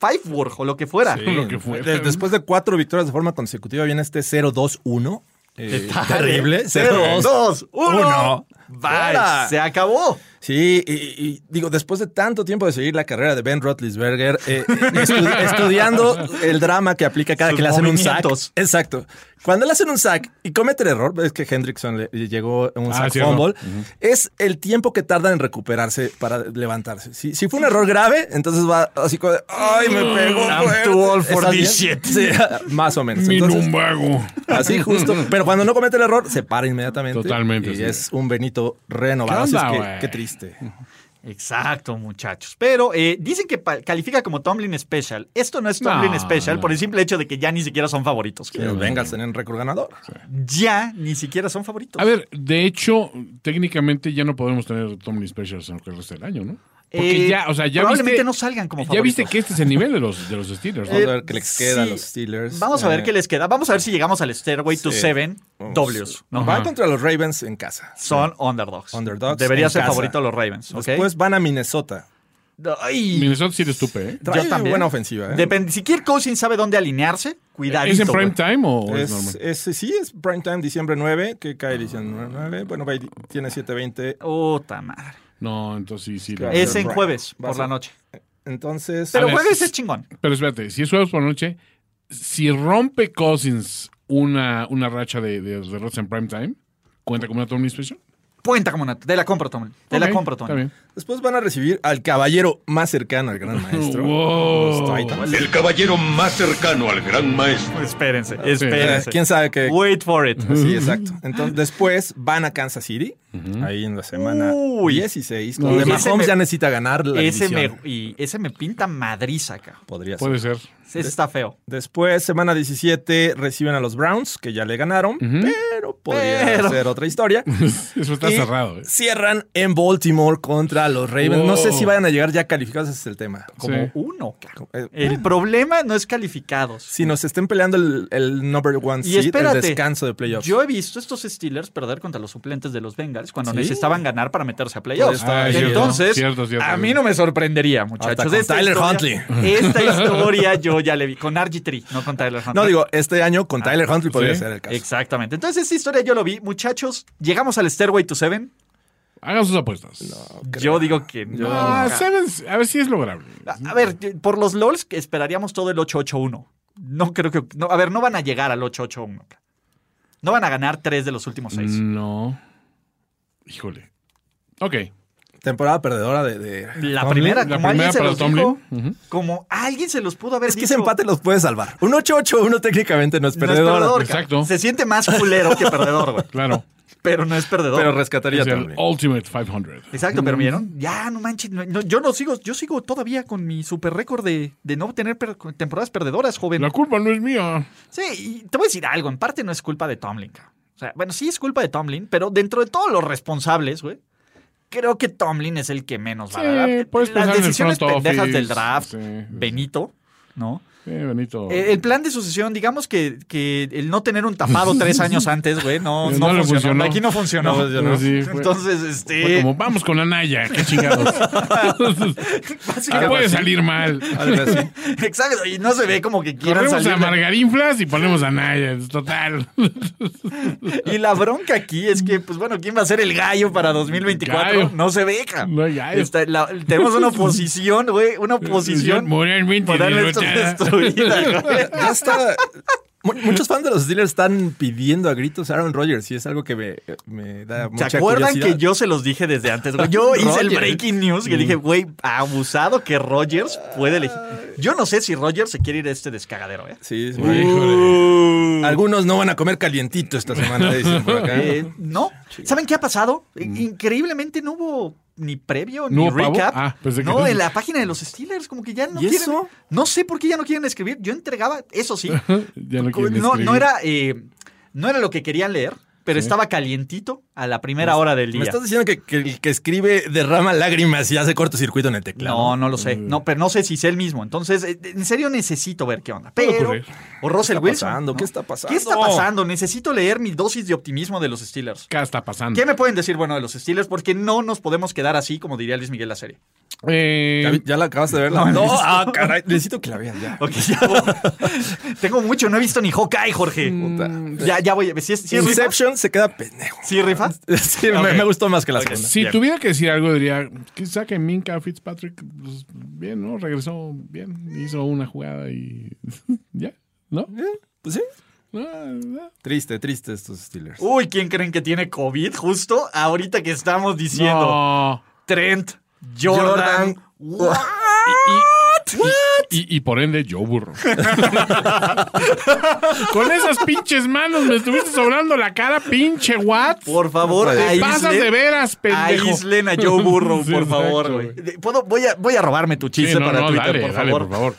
B: Fiveburg o lo que fuera.
E: lo que fue.
C: De- Eh, después de cuatro victorias de forma consecutiva, viene este 0-2-1. Eh, terrible. 0-2.
B: 2, 1.
C: uno.
B: Bye. Se acabó.
C: Sí, y, y digo, después de tanto tiempo de seguir la carrera de Ben Roethlisberger, eh, estu- estudiando el drama que aplica cada
B: Sus
C: que le hacen un sack.
B: movimientos.
C: Exacto. Cuando le hacen un sack y comete el error, es que Hendrickson le le llegó un
E: Ah,
C: sack
E: cierto.
C: fumble, es el tiempo que tarda en recuperarse para levantarse. Si, si fue un error grave, entonces va así como, de, ay, me pegó.
E: Mm,
B: I'm
C: fuerte".
B: too old for
C: ¿Estás
B: this
C: bien? Sí, más o menos.
E: Mi
C: Entonces,
E: lumbago.
C: Así justo. Pero cuando no comete el error, se para inmediatamente.
E: Totalmente,
C: Y
E: sí.
C: es un Benito renovado.
E: ¿Qué onda,
C: Así es que-
E: güey?
C: qué triste.
B: Exacto, muchachos. Pero eh, dicen que pa- califica como Tomlin Special. Esto no es Tomlin
E: No,
B: Special
E: no.
B: por el simple hecho de que ya ni siquiera son favoritos.
C: Que los Bengals tienen récord ganador.
B: Ya ni siquiera son favoritos.
E: A ver, de hecho, técnicamente ya no podemos tener Tomlin Specials en lo que resta del año, ¿no? Porque
B: Eh,
E: ya, o sea, ya
B: probablemente
E: viste,
B: no salgan como
E: Ya
B: favoritos. Eh,
E: viste que este es el nivel de los, de los Steelers, ¿no?
C: Vamos a ver qué les
B: sí.
C: queda a los Steelers.
B: Vamos a ver
C: Eh,
B: qué les queda. Vamos a ver si llegamos al Stairway to
C: sí.
B: Seven
C: vamos.
B: W's. ¿no?
C: Van contra los Ravens en casa.
B: Son underdogs.
C: Underdogs
B: Debería
C: en
B: ser
C: casa.
B: favorito los Ravens. ¿ok?
C: Después van a Minnesota.
B: Ay,
E: Minnesota sí lo estupe, ¿eh?
C: Trae
B: yo también.
C: buena ofensiva. ¿eh?
B: Depende. Si Kirk Cousins sabe dónde alinearse, cuidadito.
E: ¿Es en prime
B: güey. eh,
E: time o Oh, es,
C: Es,
E: normal?
C: es- sí, es prime time, diciembre 9, que cae diciembre 9. Bueno, va y tiene 7.20.
B: Puta madre.
E: No, entonces sí, sí. la-
C: Claro.
B: Es en
C: Right.
B: jueves
C: Va a
B: por la
C: ser-
B: noche.
C: Entonces,
B: Pero
E: ver,
B: jueves
E: sí.
B: es chingón.
E: Pero espérate, si es jueves por la noche, si rompe Cousins una, una racha de, de derrotas en prime time, ¿cuenta como una Tomlin Special?
B: Cuenta como una. Te la compro, Tom. Te la
E: Ok,
B: compro,
E: está
B: Tom.
E: bien.
C: Después van a recibir al caballero más cercano al gran maestro.
E: Wow.
C: los Titans.
G: El caballero más cercano al gran maestro.
B: Espérense,
C: Eh,
B: espérense.
C: ¿Quién sabe qué?
B: Wait for it.
C: Sí, exacto. Entonces, después van a Kansas City, ahí en la semana
B: Uy.
C: 16, donde
B: Ese me-
C: Mahomes ya necesita ganar la
B: Ese me,
C: división.
B: y ese me pinta madriz acá.
C: Podría ser.
E: Puede ser.
B: Ese está feo.
C: Después, semana 17, reciben a los Browns, que ya le ganaron, pero podría
B: Pero-
C: ser otra historia.
E: Eso está
C: Y
E: cerrado. eh.
C: Cierran en Baltimore contra los Ravens. No sé
E: Wow.
C: si vayan a llegar ya calificados, ese es el tema.
B: Como
E: Sí.
B: uno, cara.
C: Eh,
B: El problema no es calificados.
C: Si nos estén peleando el, el number one
B: Y
C: seed,
B: espérate,
C: el descanso de playoffs.
B: Yo he visto estos Steelers perder contra los suplentes de los Bengals cuando
C: Sí.
B: necesitaban ganar para meterse a playoffs.
C: Pues está
E: Ah,
C: bien.
E: cierto,
B: Entonces,
E: cierto, cierto.
B: a mí no me sorprendería, muchachos.
C: Hasta con Tyler
B: historia- Esta historia yo ya le vi con RG3, no con Tyler Huntley.
C: no digo, este año con Tyler Huntley podría
E: Ah, sí.
C: ser el caso.
B: Exactamente. Entonces, esta historia yo lo vi. Muchachos, llegamos al Stairway to Seven.
E: Hagan sus apuestas.
B: Yo digo que no.
E: Ah, Sevens, a ver si es lograble.
B: A a ver, por los LOLs que esperaríamos todo el 881. No creo que. no, a ver, no van a llegar al 881. No van a ganar tres de los últimos seis.
C: Mm.
E: No. Híjole. Ok.
C: Temporada perdedora de. de-
B: La
C: Tomlin.
B: primera,
E: la
B: como alguien
E: primera
B: se
E: para
B: los
E: Tomlin.
B: dijo, como alguien se los pudo haber
C: Es que
B: dicho.
C: ese empate los puede salvar. Un 8-8-1 técnicamente no es
B: No es
C: perdedor.
B: perdedor, cara.
E: Exacto.
B: Se siente más culero que perdedor, güey.
E: Claro.
B: Pero no es perdedor.
C: Pero Mm. rescataría
E: Es
C: a
E: el
C: Tomlin.
E: Ultimate 500.
B: Exacto, pero vieron, ya no manches, no- no, yo no sigo, yo sigo todavía con mi super récord de, de no tener per- temporadas perdedoras, joven.
E: La culpa no es mía.
B: Sí, y te voy a decir algo, en parte no es culpa de Tomlin. cabrón. O sea, bueno, sí es culpa de Tomlin, pero dentro de todos los responsables, güey, creo que Tomlin es el que menos va a
E: Sí,
B: dar.
E: puedes
B: Las
E: pensar en el
B: decisiones
E: front office,
B: pendejas del draft,
E: sí, sí.
B: Benito, ¿no?
E: Sí, Benito.
B: Eh, El plan de sucesión, digamos que, que el no tener un tapado tres años antes, güey, no,
E: No
B: no, funcionó.
E: le funcionó. pues
B: Aquí no funcionó.
C: No funcionó.
E: Sí, fue-
B: Entonces,
E: Fue
B: este.
E: como, vamos con Anaya, qué chingados. ¿Qué puede salir mal?
C: Algo así.
B: Exacto, y no se ve como que quieran
E: Corremos
B: salir.
E: a
B: de-
E: Margarinflas y ponemos a Anaya. es Total.
B: Y la bronca aquí es que, pues bueno, ¿quién va a ser el gallo para 2024?
E: Gallo.
B: No se deja.
E: No hay gallo.
B: tenemos una oposición, güey, una oposición.
E: Moralmente
B: Moralmente
E: derrotada.
B: destruida, güey.
C: Ya está. Mu- Muchos fans de los Steelers están pidiendo a gritos a Aaron Rodgers y es algo que me, me da
B: ¿Se
C: mucha
B: acuerdan
C: curiosidad. Mm.
B: que yo se los dije desde antes? güey? Yo hice el
C: Rodgers.
B: breaking news que dije, güey, abusado que Rogers puede elegir. Yo no sé si Rogers se quiere ir a este descagadero, ¿eh?
C: Sí, sí.
B: Uh.
E: Híjole.
C: Algunos no van a comer calientito esta semana, dicen por acá.
B: Eh, no. ¿Saben qué ha pasado?
C: Mm.
B: Increíblemente no hubo ni previo
E: ¿No
B: ni
E: hubo pavo?
B: recap.
E: Ah, pensé que-
B: no, en la página de los Steelers, como que ya no
C: ¿Y
B: quieren.
C: eso?
B: No sé por qué ya no quieren escribir. Yo entregaba, eso sí.
E: Ya no quieren
B: no, no
E: escribir.
B: era, eh, no era lo que querían leer, pero estaba calientito a la primera hora del
C: Me
B: día.
C: estás diciendo que, que el que escribe derrama lágrimas y hace cortocircuito en el teclado.
B: No, no lo
C: Eh.
B: sé. No, pero no sé si es el mismo. Entonces, eh, en serio necesito ver qué onda.
E: Puede
B: Pero.
E: ocurrir.
B: O Russell
C: ¿Qué está
B: Wilson.
C: pasando?
B: ¿no?
C: ¿Qué está pasando?
B: ¿Qué está pasando? Necesito leer mi dosis de optimismo de los Steelers.
E: ¿Qué está pasando?
B: ¿Qué me pueden decir bueno de los Steelers? Porque no nos podemos quedar así, como diría Luis Miguel la serie.
E: Eh,
C: ¿Ya, vi- ya la acabas de ver? No, no ah, caray. Necesito que la veas ya.
B: Porque ya- tengo mucho, no he visto ni Hawkeye, Jorge.
E: Mm,
B: Ya, ya voy. a- Si es, si es rifa,
C: Inception se queda pendejo.
B: si rifa.
C: Sí, me, me gustó más que la segunda.
E: Si
B: Bien.
E: tuviera que decir algo, diría, quizá que Minka Fitzpatrick, pues, bien, ¿no? Regresó bien, hizo una jugada y ya, ¿no? Ah,
C: Pues sí.
E: No, no.
C: Triste, triste estos Steelers.
B: Uy, ¿quién creen que tiene COVID justo ahorita que estamos diciendo?
E: No.
B: Trent, Jordan.
C: Jordan.
B: What?
E: Y- Y, y por ende, yo burro. Con esas pinches manos me estuviste sobrando la cara, pinche Watts.
B: Por favor,
C: Te
E: Te
B: aíslen-
E: pasas de veras, pendejo.
B: aíslen a Joe Burrow,
E: Sí,
B: por favor,
E: exacto,
B: güey. ¿Puedo? Voy, a, voy a robarme tu
E: Sí,
B: chiste
E: no,
B: para
E: no,
B: Twitter,
E: dale,
B: por,
E: dale,
B: favor.
E: por favor.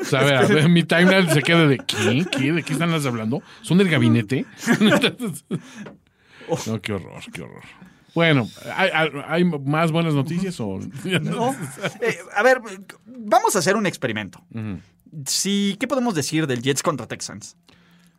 E: O sea, a ver, a ver, mi timeline se queda de ¿qué? ¿Qué? ¿De qué están las hablando? ¿Son del gabinete? no, qué horror, qué horror. Bueno, ¿hay, hay- hay más buenas noticias o...?
B: ¿no? Eh, a ver, vamos a hacer un experimento. Sí, ¿Qué podemos decir del Jets contra Texans?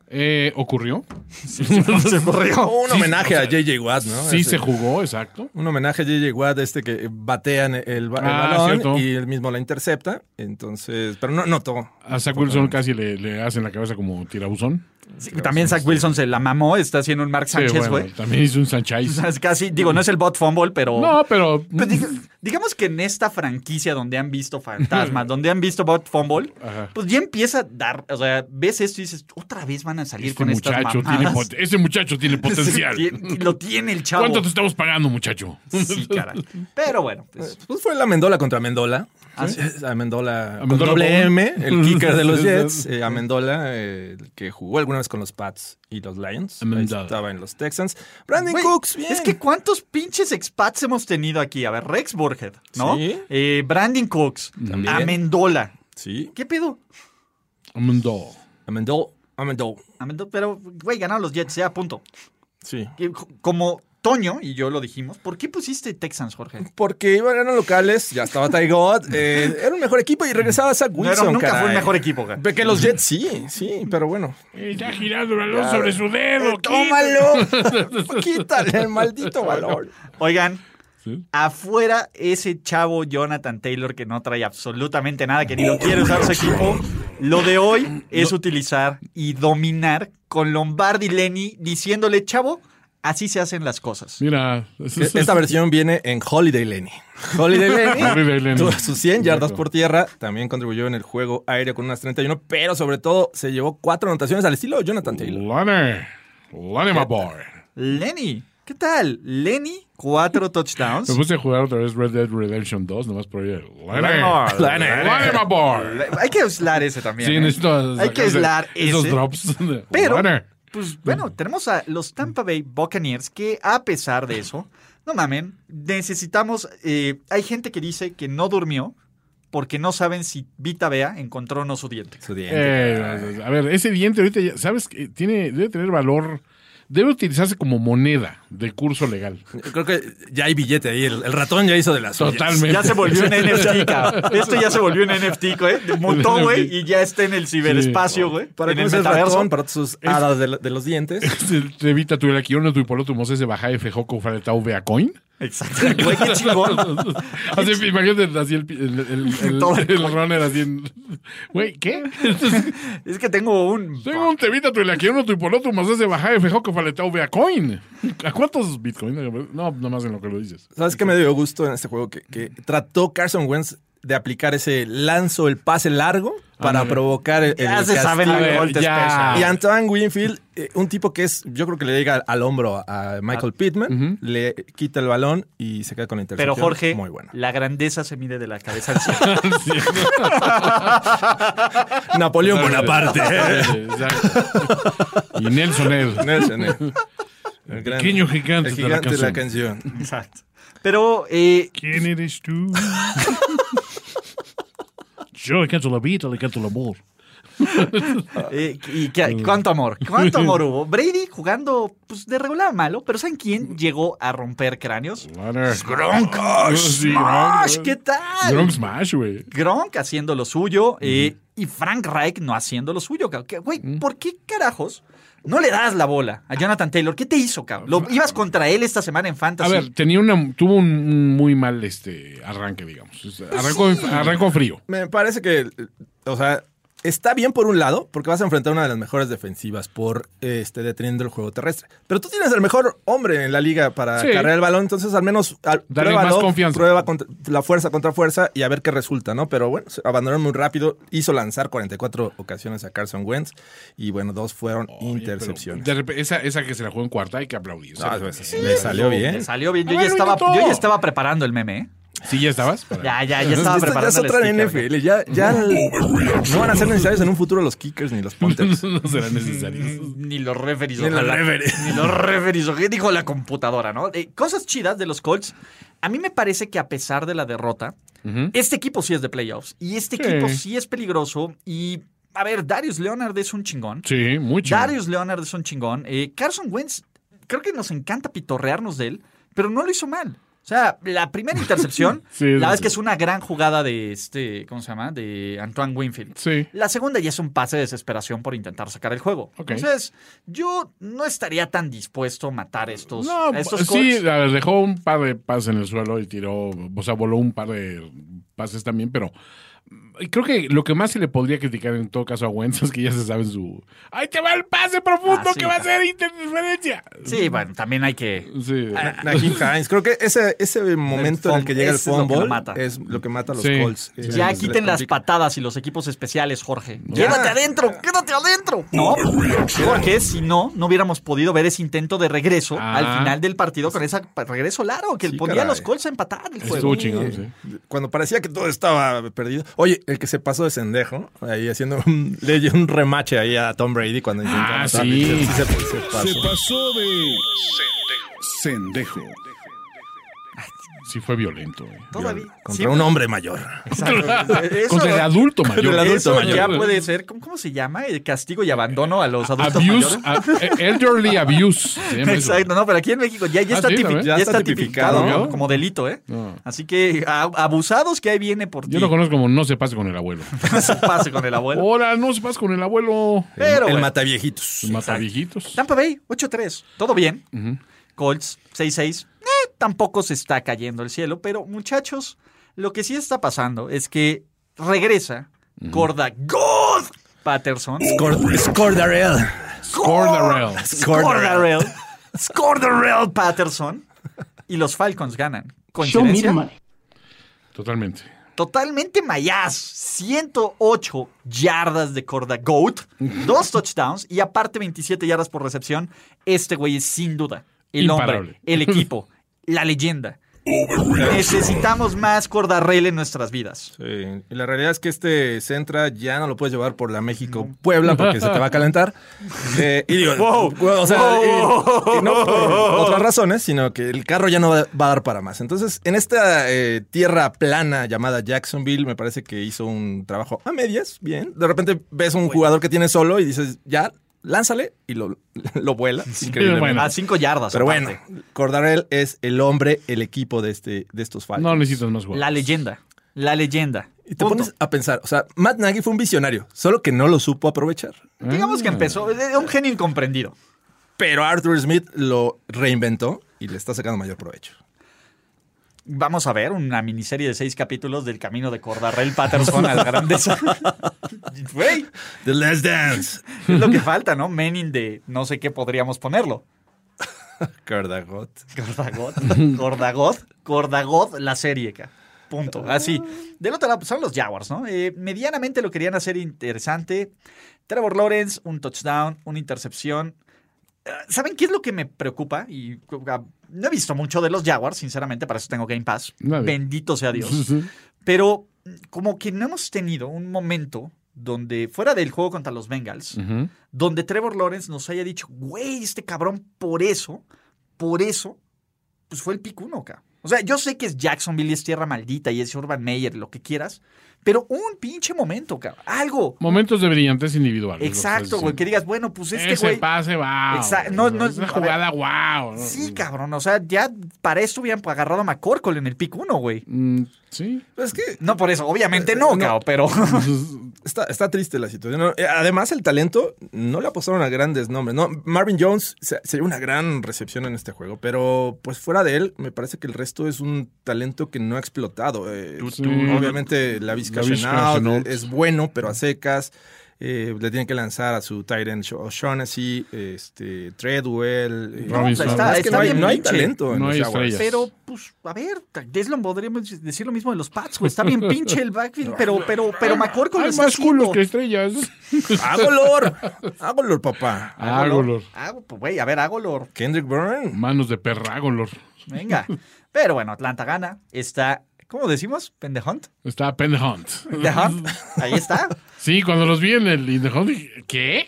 E: Eh, ¿Ocurrió?
B: Se corrió.
C: Un homenaje a J.J. Watt, ¿no?
E: Sí,
C: Ese-
E: se jugó, exacto.
C: Un homenaje a J.J. Watt, este que batean el, ba- el
E: Ah,
C: balón
E: cierto.
C: y él mismo la intercepta. Entonces, pero no notó.
E: A Zach Wilson casi le, le hacen la cabeza como tirabuzón.
B: Sí, también Zach Wilson se la mamó, está haciendo un Mark
E: Sí,
B: Sánchez,
E: bueno,
B: güey.
E: también hizo un
B: O
E: Sanchez.
B: sea, es casi, digo, no es el bot fumble, pero...
E: No, pero... este
B: Pero digo, digamos que en esta franquicia donde han visto fantasmas, donde han visto Bot Fumble,
E: Ajá.
B: pues ya empieza a dar, o sea, ves esto y dices, otra vez van a salir
E: Este
B: con estas
E: muchacho, tiene
B: mamadas.
E: pot- ese muchacho tiene potencial.
B: Sí, tiene- Lo tiene el chavo.
E: ¿Cuánto te estamos pagando, muchacho?
B: Sí, caray. Pero bueno, pues,
C: Pues fue la Mendola contra Amendola.
B: Ah, sí.
C: Amendola, con
E: Amendola
C: doble
E: Bone.
C: M, el kicker de los Jets. Eh, Amendola, eh, el que jugó alguna vez con los Pats y los Lions. Ahí
E: Amendola.
C: Estaba en los Texans. Brandon
B: güey,
C: Cooks, bien.
B: es que cuántos pinches expats hemos tenido aquí. A ver, Rex Burhead, ¿no?
C: Sí.
B: Eh, Brandon Cooks,
C: También.
B: Amendola.
C: Sí,
B: ¿Qué pedo?
E: Mundo.
C: Amendola, Amendola.
B: Amendola, pero, güey, ganaron los Jets, ya, punto.
C: Sí.
B: Que co- Como Toño y yo lo dijimos, ¿por qué pusiste Texans, Jorge?
C: Porque iban eran locales, ya estaba Ty God, eh, era un mejor equipo y regresaba Zach
B: No era-
C: Wilson.
B: nunca fue
C: caray.
B: el mejor equipo, güey.
C: Ve Que los Jets sí, sí, pero bueno.
E: Está girando el balón sobre su
B: Eh,
E: dedo.
C: ¡Tómalo! Quítale el maldito valor.
B: Oigan,
E: Sí.
B: afuera ese chavo Jonathan Taylor que no trae absolutamente nada, que ni lo quiere usar su equipo. Lo de hoy es utilizar y dominar con Lombardi Lenny diciéndole, chavo, así se hacen las cosas.
E: Mira.
B: E-
C: Esta versión viene en Holiday Lenny. Holiday
E: Holiday
C: Lenny
E: Lenny.
C: tuvo sus 100 yardas por tierra, también contribuyó en el juego aéreo con unas 31, pero sobre todo se llevó cuatro anotaciones al estilo Jonathan Taylor.
E: Lane. Lane, my boy.
B: Lenny, ¿qué tal? Lenny, cuatro touchdowns.
E: Me puse a jugar otra vez Red Dead Redemption 2, nomás por ahí. Lane.
B: Lane.
E: Lane, Lane, my boy.
B: Hay que aislar ese también.
E: Sí,
B: ¿eh?
E: necesito
B: Hay que
E: sacarse
B: aislar
E: esos
B: ese.
E: drops.
B: Pero,
E: Lane.
B: pues bueno, tenemos a los Tampa Bay Buccaneers que a pesar de eso, no mamen, necesitamos, eh, hay gente que dice que no durmió porque no saben si Vita Bea encontró o no su diente.
C: Su diente.
E: Eh, a ver, ese diente ahorita, ya, ¿sabes? que tiene, debe tener valor. Debe utilizarse como moneda de curso legal.
C: Creo que ya hay billete ahí, el, el ratón ya hizo de las suyas.
E: Totalmente.
B: Ya se volvió un NFT, cabrón. Esto ya se volvió un NFT, güey. Montó, güey, y ya está en el ciberespacio, güey.
C: Para
B: en
C: que
B: el
C: el
B: metaverso.
C: ratón, para sus hadas de, la- de los dientes.
E: Se te evita tu aquí uno tu hipólogo, tu moses de baja F E joco faletao vea coin.
B: Exacto, güey, qué chingón.
E: Así, imagínate así el, pi- el, el, el-
B: Todo el
E: el runner así en... Güey, ¿qué?
B: Es que tengo un...
E: Tengo un tevita tu aquí uno tu hipólogo, tu moses de baja F joco faletao vea coin. ¿A cuántos bitcoin? No, nomás en lo que lo dices.
C: ¿Sabes qué me dio gusto en este juego? Que, que trató Carson Wentz de aplicar ese lanzo, el pase largo, para
E: Ándale.
C: provocar el,
B: Ya
C: el
B: se
C: castigo.
B: saben
E: A
B: los
E: ver,
B: golpes
E: ya.
B: pesan.
C: Y Antoine Winfield, eh, un tipo que es, yo creo que le llega al, al hombro a Michael Pittman, le quita el balón y se queda con la
B: Pero
C: intercepción.
B: Jorge,
C: Muy bueno.
B: la grandeza se mide de la cabeza al cielo.
C: Napoleón Bonaparte.
E: Exacto. Y Nelson Ed.
C: Nelson, eh. El gran-
E: Pequeño gigante
C: el
E: de la
C: gigante de la canción.
B: Exacto. Pero eh,
E: ¿Quién eres tú? Yo le canto la vida, le canto el amor.
B: Eh, y que- cuánto amor, cuánto amor hubo. Brady jugando pues, de regular malo, pero ¿saben quién llegó a romper cráneos?
E: Gronk
B: Smash, ¿qué tal?
E: Ah, Gronk Smash, güey.
B: Gronk haciendo lo suyo eh, y Frank Reich no haciendo lo suyo. cabrón. Que, Güey, ¿por qué carajos no le das la bola a Jonathan Taylor? ¿Qué te hizo, cabrón? Lo- ibas contra él esta semana en
E: A
B: Fantasy.
E: ver, tenía una, tuvo un- un muy mal este arranque, digamos. O sea, Arrancó, arrancó frío.
C: Me parece que, o sea, está bien por un lado, porque vas a enfrentar una de las mejores defensivas por este deteniendo el juego terrestre. Pero tú tienes el mejor hombre en la liga para
E: Sí.
C: cargar el balón, entonces al menos al,
E: Darle
C: pruébalo,
E: más confianza.
C: prueba contra- la fuerza contra fuerza y a ver qué resulta, ¿no? Pero bueno, se abandonaron muy rápido, hizo lanzar 44 ocasiones a Carson Wentz y bueno, dos fueron intercepciones.
E: De repente, esa, esa que se la jugó en cuarta hay que aplaudir. O sea,
C: Ah, pues, le salió bien.
B: Le salió bien. Yo,
E: A
B: ya
E: ver,
B: estaba,
E: Benito.
B: yo ya estaba preparando el meme, ¿eh?
E: ¿Sí ya estabas? Para-
B: Ya, ya, ya estaba
C: Esto ya
B: preparando
C: es
B: el
C: otra
B: sticker,
C: NFL, ya, ya no van a ser necesarios en un futuro los kickers ni los punters.
E: no será necesario.
B: Ni los referees.
C: Ni los
B: ojalá.
C: referees.
B: Ni los referees. ¿Qué dijo la computadora, no? Eh, cosas chidas de los Colts. A mí me parece que a pesar de la derrota, este equipo sí es de playoffs. Y este
E: Sí.
B: equipo sí es peligroso. Y, a ver, Darius Leonard es un chingón.
E: Sí, mucho.
B: Darius Leonard es un chingón. Eh, Carson Wentz, creo que nos encanta pitorrearnos de él, pero no lo hizo mal. O sea, la primera intercepción,
E: Sí,
B: la
E: sí,
B: verdad es
E: sí.
B: que es una gran jugada de este, ¿cómo se llama? De Antoine Winfield.
E: Sí.
B: La segunda ya es un pase de desesperación por intentar sacar el juego.
E: Ok.
B: Entonces, yo no estaría tan dispuesto a matar estos,
E: No,
B: a estos
E: sí, eh,
B: Colts.
E: a ver, dejó un par de pases en el suelo y tiró, o sea, voló un par de pases también, pero Y creo que lo que más se le podría criticar en todo caso a Wentz es que ya se sabe su. ¡Ahí te va el pase profundo
B: Ah, sí.
E: que va a ser interferencia!
B: Sí, bueno, Ah, también hay que.
E: Sí.
C: Naheem Hines. Creo que ese, ese momento en el que
B: fumble,
C: llega el
B: ese es lo que
C: fumble
B: lo mata.
C: es lo que mata a los
E: Sí.
C: Colts. Eh,
B: Ya
C: les-
B: quiten
C: les
B: las
C: complica.
B: patadas y los equipos especiales, Jorge. Quédate adentro, quédate adentro. No, porque si no, no hubiéramos podido ver ese intento de regreso
E: Ah.
B: al final del partido con ese regreso largo que
C: Sí,
B: ponía a
C: caray.
B: los Colts a empatar el juego.
E: Estuvo chingón, sí.
C: Cuando parecía que todo estaba perdido. Oye, el que se pasó de sendejo, ahí haciendo un, le dio un remache ahí a Tom Brady cuando intentó.
E: Ah,
C: anotar.
E: sí.
C: se, se pasó.
A: Se pasó de Sendejo.
E: Sí fue violento. eh.
B: Todavía.
C: Contra
B: Sí,
C: un hombre mayor.
B: Eso-
E: Contra el adulto mayor.
C: el adulto
B: eso
C: mayor.
B: ya puede ser, ¿cómo, cómo se llama? El castigo y abandono a los adultos
E: Abuse,
B: mayores.
E: a- eh, elderly abuse. se llama eso.
B: Exacto, no, pero aquí en México ya, ya
E: Ah,
B: está,
E: sí,
B: tipi-
E: también.
B: ya
C: Ya
B: está
C: está
B: tipificado
E: tipificado,
B: ¿no?
E: ¿no?
B: como delito, ¿eh?
E: No.
B: Así que a- abusados que ahí viene por ti.
E: Yo lo conozco como no se pase con Oh. el abuelo.
B: Se pase con el abuelo.
E: Ahora no se pase con el abuelo.
B: Pero
C: el
B: bueno.
C: mataviejitos.
E: Mata viejitos.
B: Tampa Bay, 8-3. Todo bien. Colts, 6-6. Eh, tampoco se está cayendo el cielo. Pero, muchachos, lo que sí está pasando es que regresa Gorda God Patterson.
C: Scor- Scordarell.
E: Cordarrelle.
B: Scordarell. Scordarell Patterson. Y los Falcons ganan. ¿Coincidencia?
E: Totalmente.
B: Totalmente mayas. 108 yardas de corda goat, dos touchdowns y aparte 27 yardas por recepción. Este güey es sin duda el hombre,
E: Imparable.
B: el equipo, la leyenda. Necesitamos más cordarrel en nuestras vidas.
C: Sí, y la realidad es que este Centra ya no lo puedes llevar por la México-Puebla porque se te va a calentar. Eh, y digo, o sea, y- y no por otras razones, sino que el carro ya no va va a dar para más. Entonces, en esta eh, tierra plana llamada Jacksonville, me parece que hizo un trabajo a medias, bien. De repente ves un jugador que tiene solo y dices, ya, lánzale, y lo, lo vuela. Increíblemente.
E: bueno.
B: A 5 yardas.
C: Pero bueno,
B: aparte.
C: Cordarel es el hombre, el equipo de, este, de estos Falcons.
E: No necesitas más
B: La
E: jugadores.
B: leyenda. La leyenda.
C: Y te
B: Punto.
C: pones a pensar, o sea, Matt Nagy fue un visionario, solo que no lo supo aprovechar.
B: Digamos
C: Mm.
B: que empezó. Era un genio incomprendido.
C: Pero Arthur Smith lo reinventó y le está sacando mayor provecho.
B: Vamos a ver una miniserie de seis capítulos del camino de Cordarrel Patterson a la grandeza. Güey,
C: The Last Dance.
B: Es lo que falta, ¿no? Menin de no sé qué podríamos ponerlo.
C: Cardagot.
B: Gordagot, Gordagot, Gordagot, la serie, ca. Punto. Así. Del otro lado pues, son los Jaguars, ¿no? Eh, medianamente lo querían hacer interesante. Trevor Lawrence, un touchdown, una intercepción. Eh, ¿Saben qué es lo que me preocupa? Y ah, no he visto mucho de los Jaguars, sinceramente, para eso tengo Game Pass.
E: Nadie.
B: Bendito sea Dios. Pero mm, como que no hemos tenido un momento donde, fuera del juego contra los Bengals,
E: Ujú.
B: donde Trevor Lawrence nos haya dicho, güey, este cabrón, por eso, por eso, pues fue el pick uno acá. O sea, yo sé que es Jacksonville y es tierra maldita y es Urban Meyer, lo que quieras, pero un pinche momento, cabrón. Algo.
E: Momentos de brillantez individual.
B: Exacto, güey, que digas, bueno, pues este
E: Ese
B: güey.
E: pase, wow.
B: Exacto. No, no,
E: es una
B: a ver.
E: jugada, Mm, wow.
B: Sí, cabrón, o sea, ya para esto hubieran agarrado a McCorkle en el pick uno, güey.
E: Mm, sí.
C: Pues Es que
B: No por eso,
E: Eh,
B: obviamente no, cabrón,
C: No.
B: pero.
C: está, está triste la situación. ¿no? Eh, Además, el talento no le apostaron a grandes nombres. ¿no? Marvin Jones se- sería una gran recepción en este juego, pero pues fuera de él, me parece que el resto es un talento que no ha explotado. eh,
E: Tú-
C: sí,
E: tú-
C: obviamente, la Vizca
E: Lavisca
C: Chenault
E: Chenault.
C: es bueno, pero a secas. eh, le tienen que lanzar a su Tyrant O'Shaughnessy, este, Treadwell. eh,
E: Robinson.
C: o sea,
E: Está-
C: es que
B: está
C: no, hay,
B: bien
C: no hay
B: pinche.
C: talento en
E: No
C: los
E: hay
C: Jaguars.
E: estrellas.
B: Pero, pues, a ver, Deslon podríamos decir lo mismo de los Pats, güey. Está bien pinche el backfield, pero, pero, pero McCorkle lo
E: Hay
B: está
E: más culos
B: haciendo.
E: que estrellas.
C: ¡Hágolor! ¡Hágolor, papá!
E: Ágolor.
B: Hago- pues, güey, a ver, hágolo.
C: Kendrick Byrne.
E: Manos de perra, Ágolor.
B: Venga. Pero bueno, Atlanta gana. Está, ¿cómo decimos? ¿Pendehunt?
E: Está Penn Hunt.
B: ¿Pendehunt? Ahí está.
E: Sí, cuando los vi en el In the Hunt, dije, ¿qué?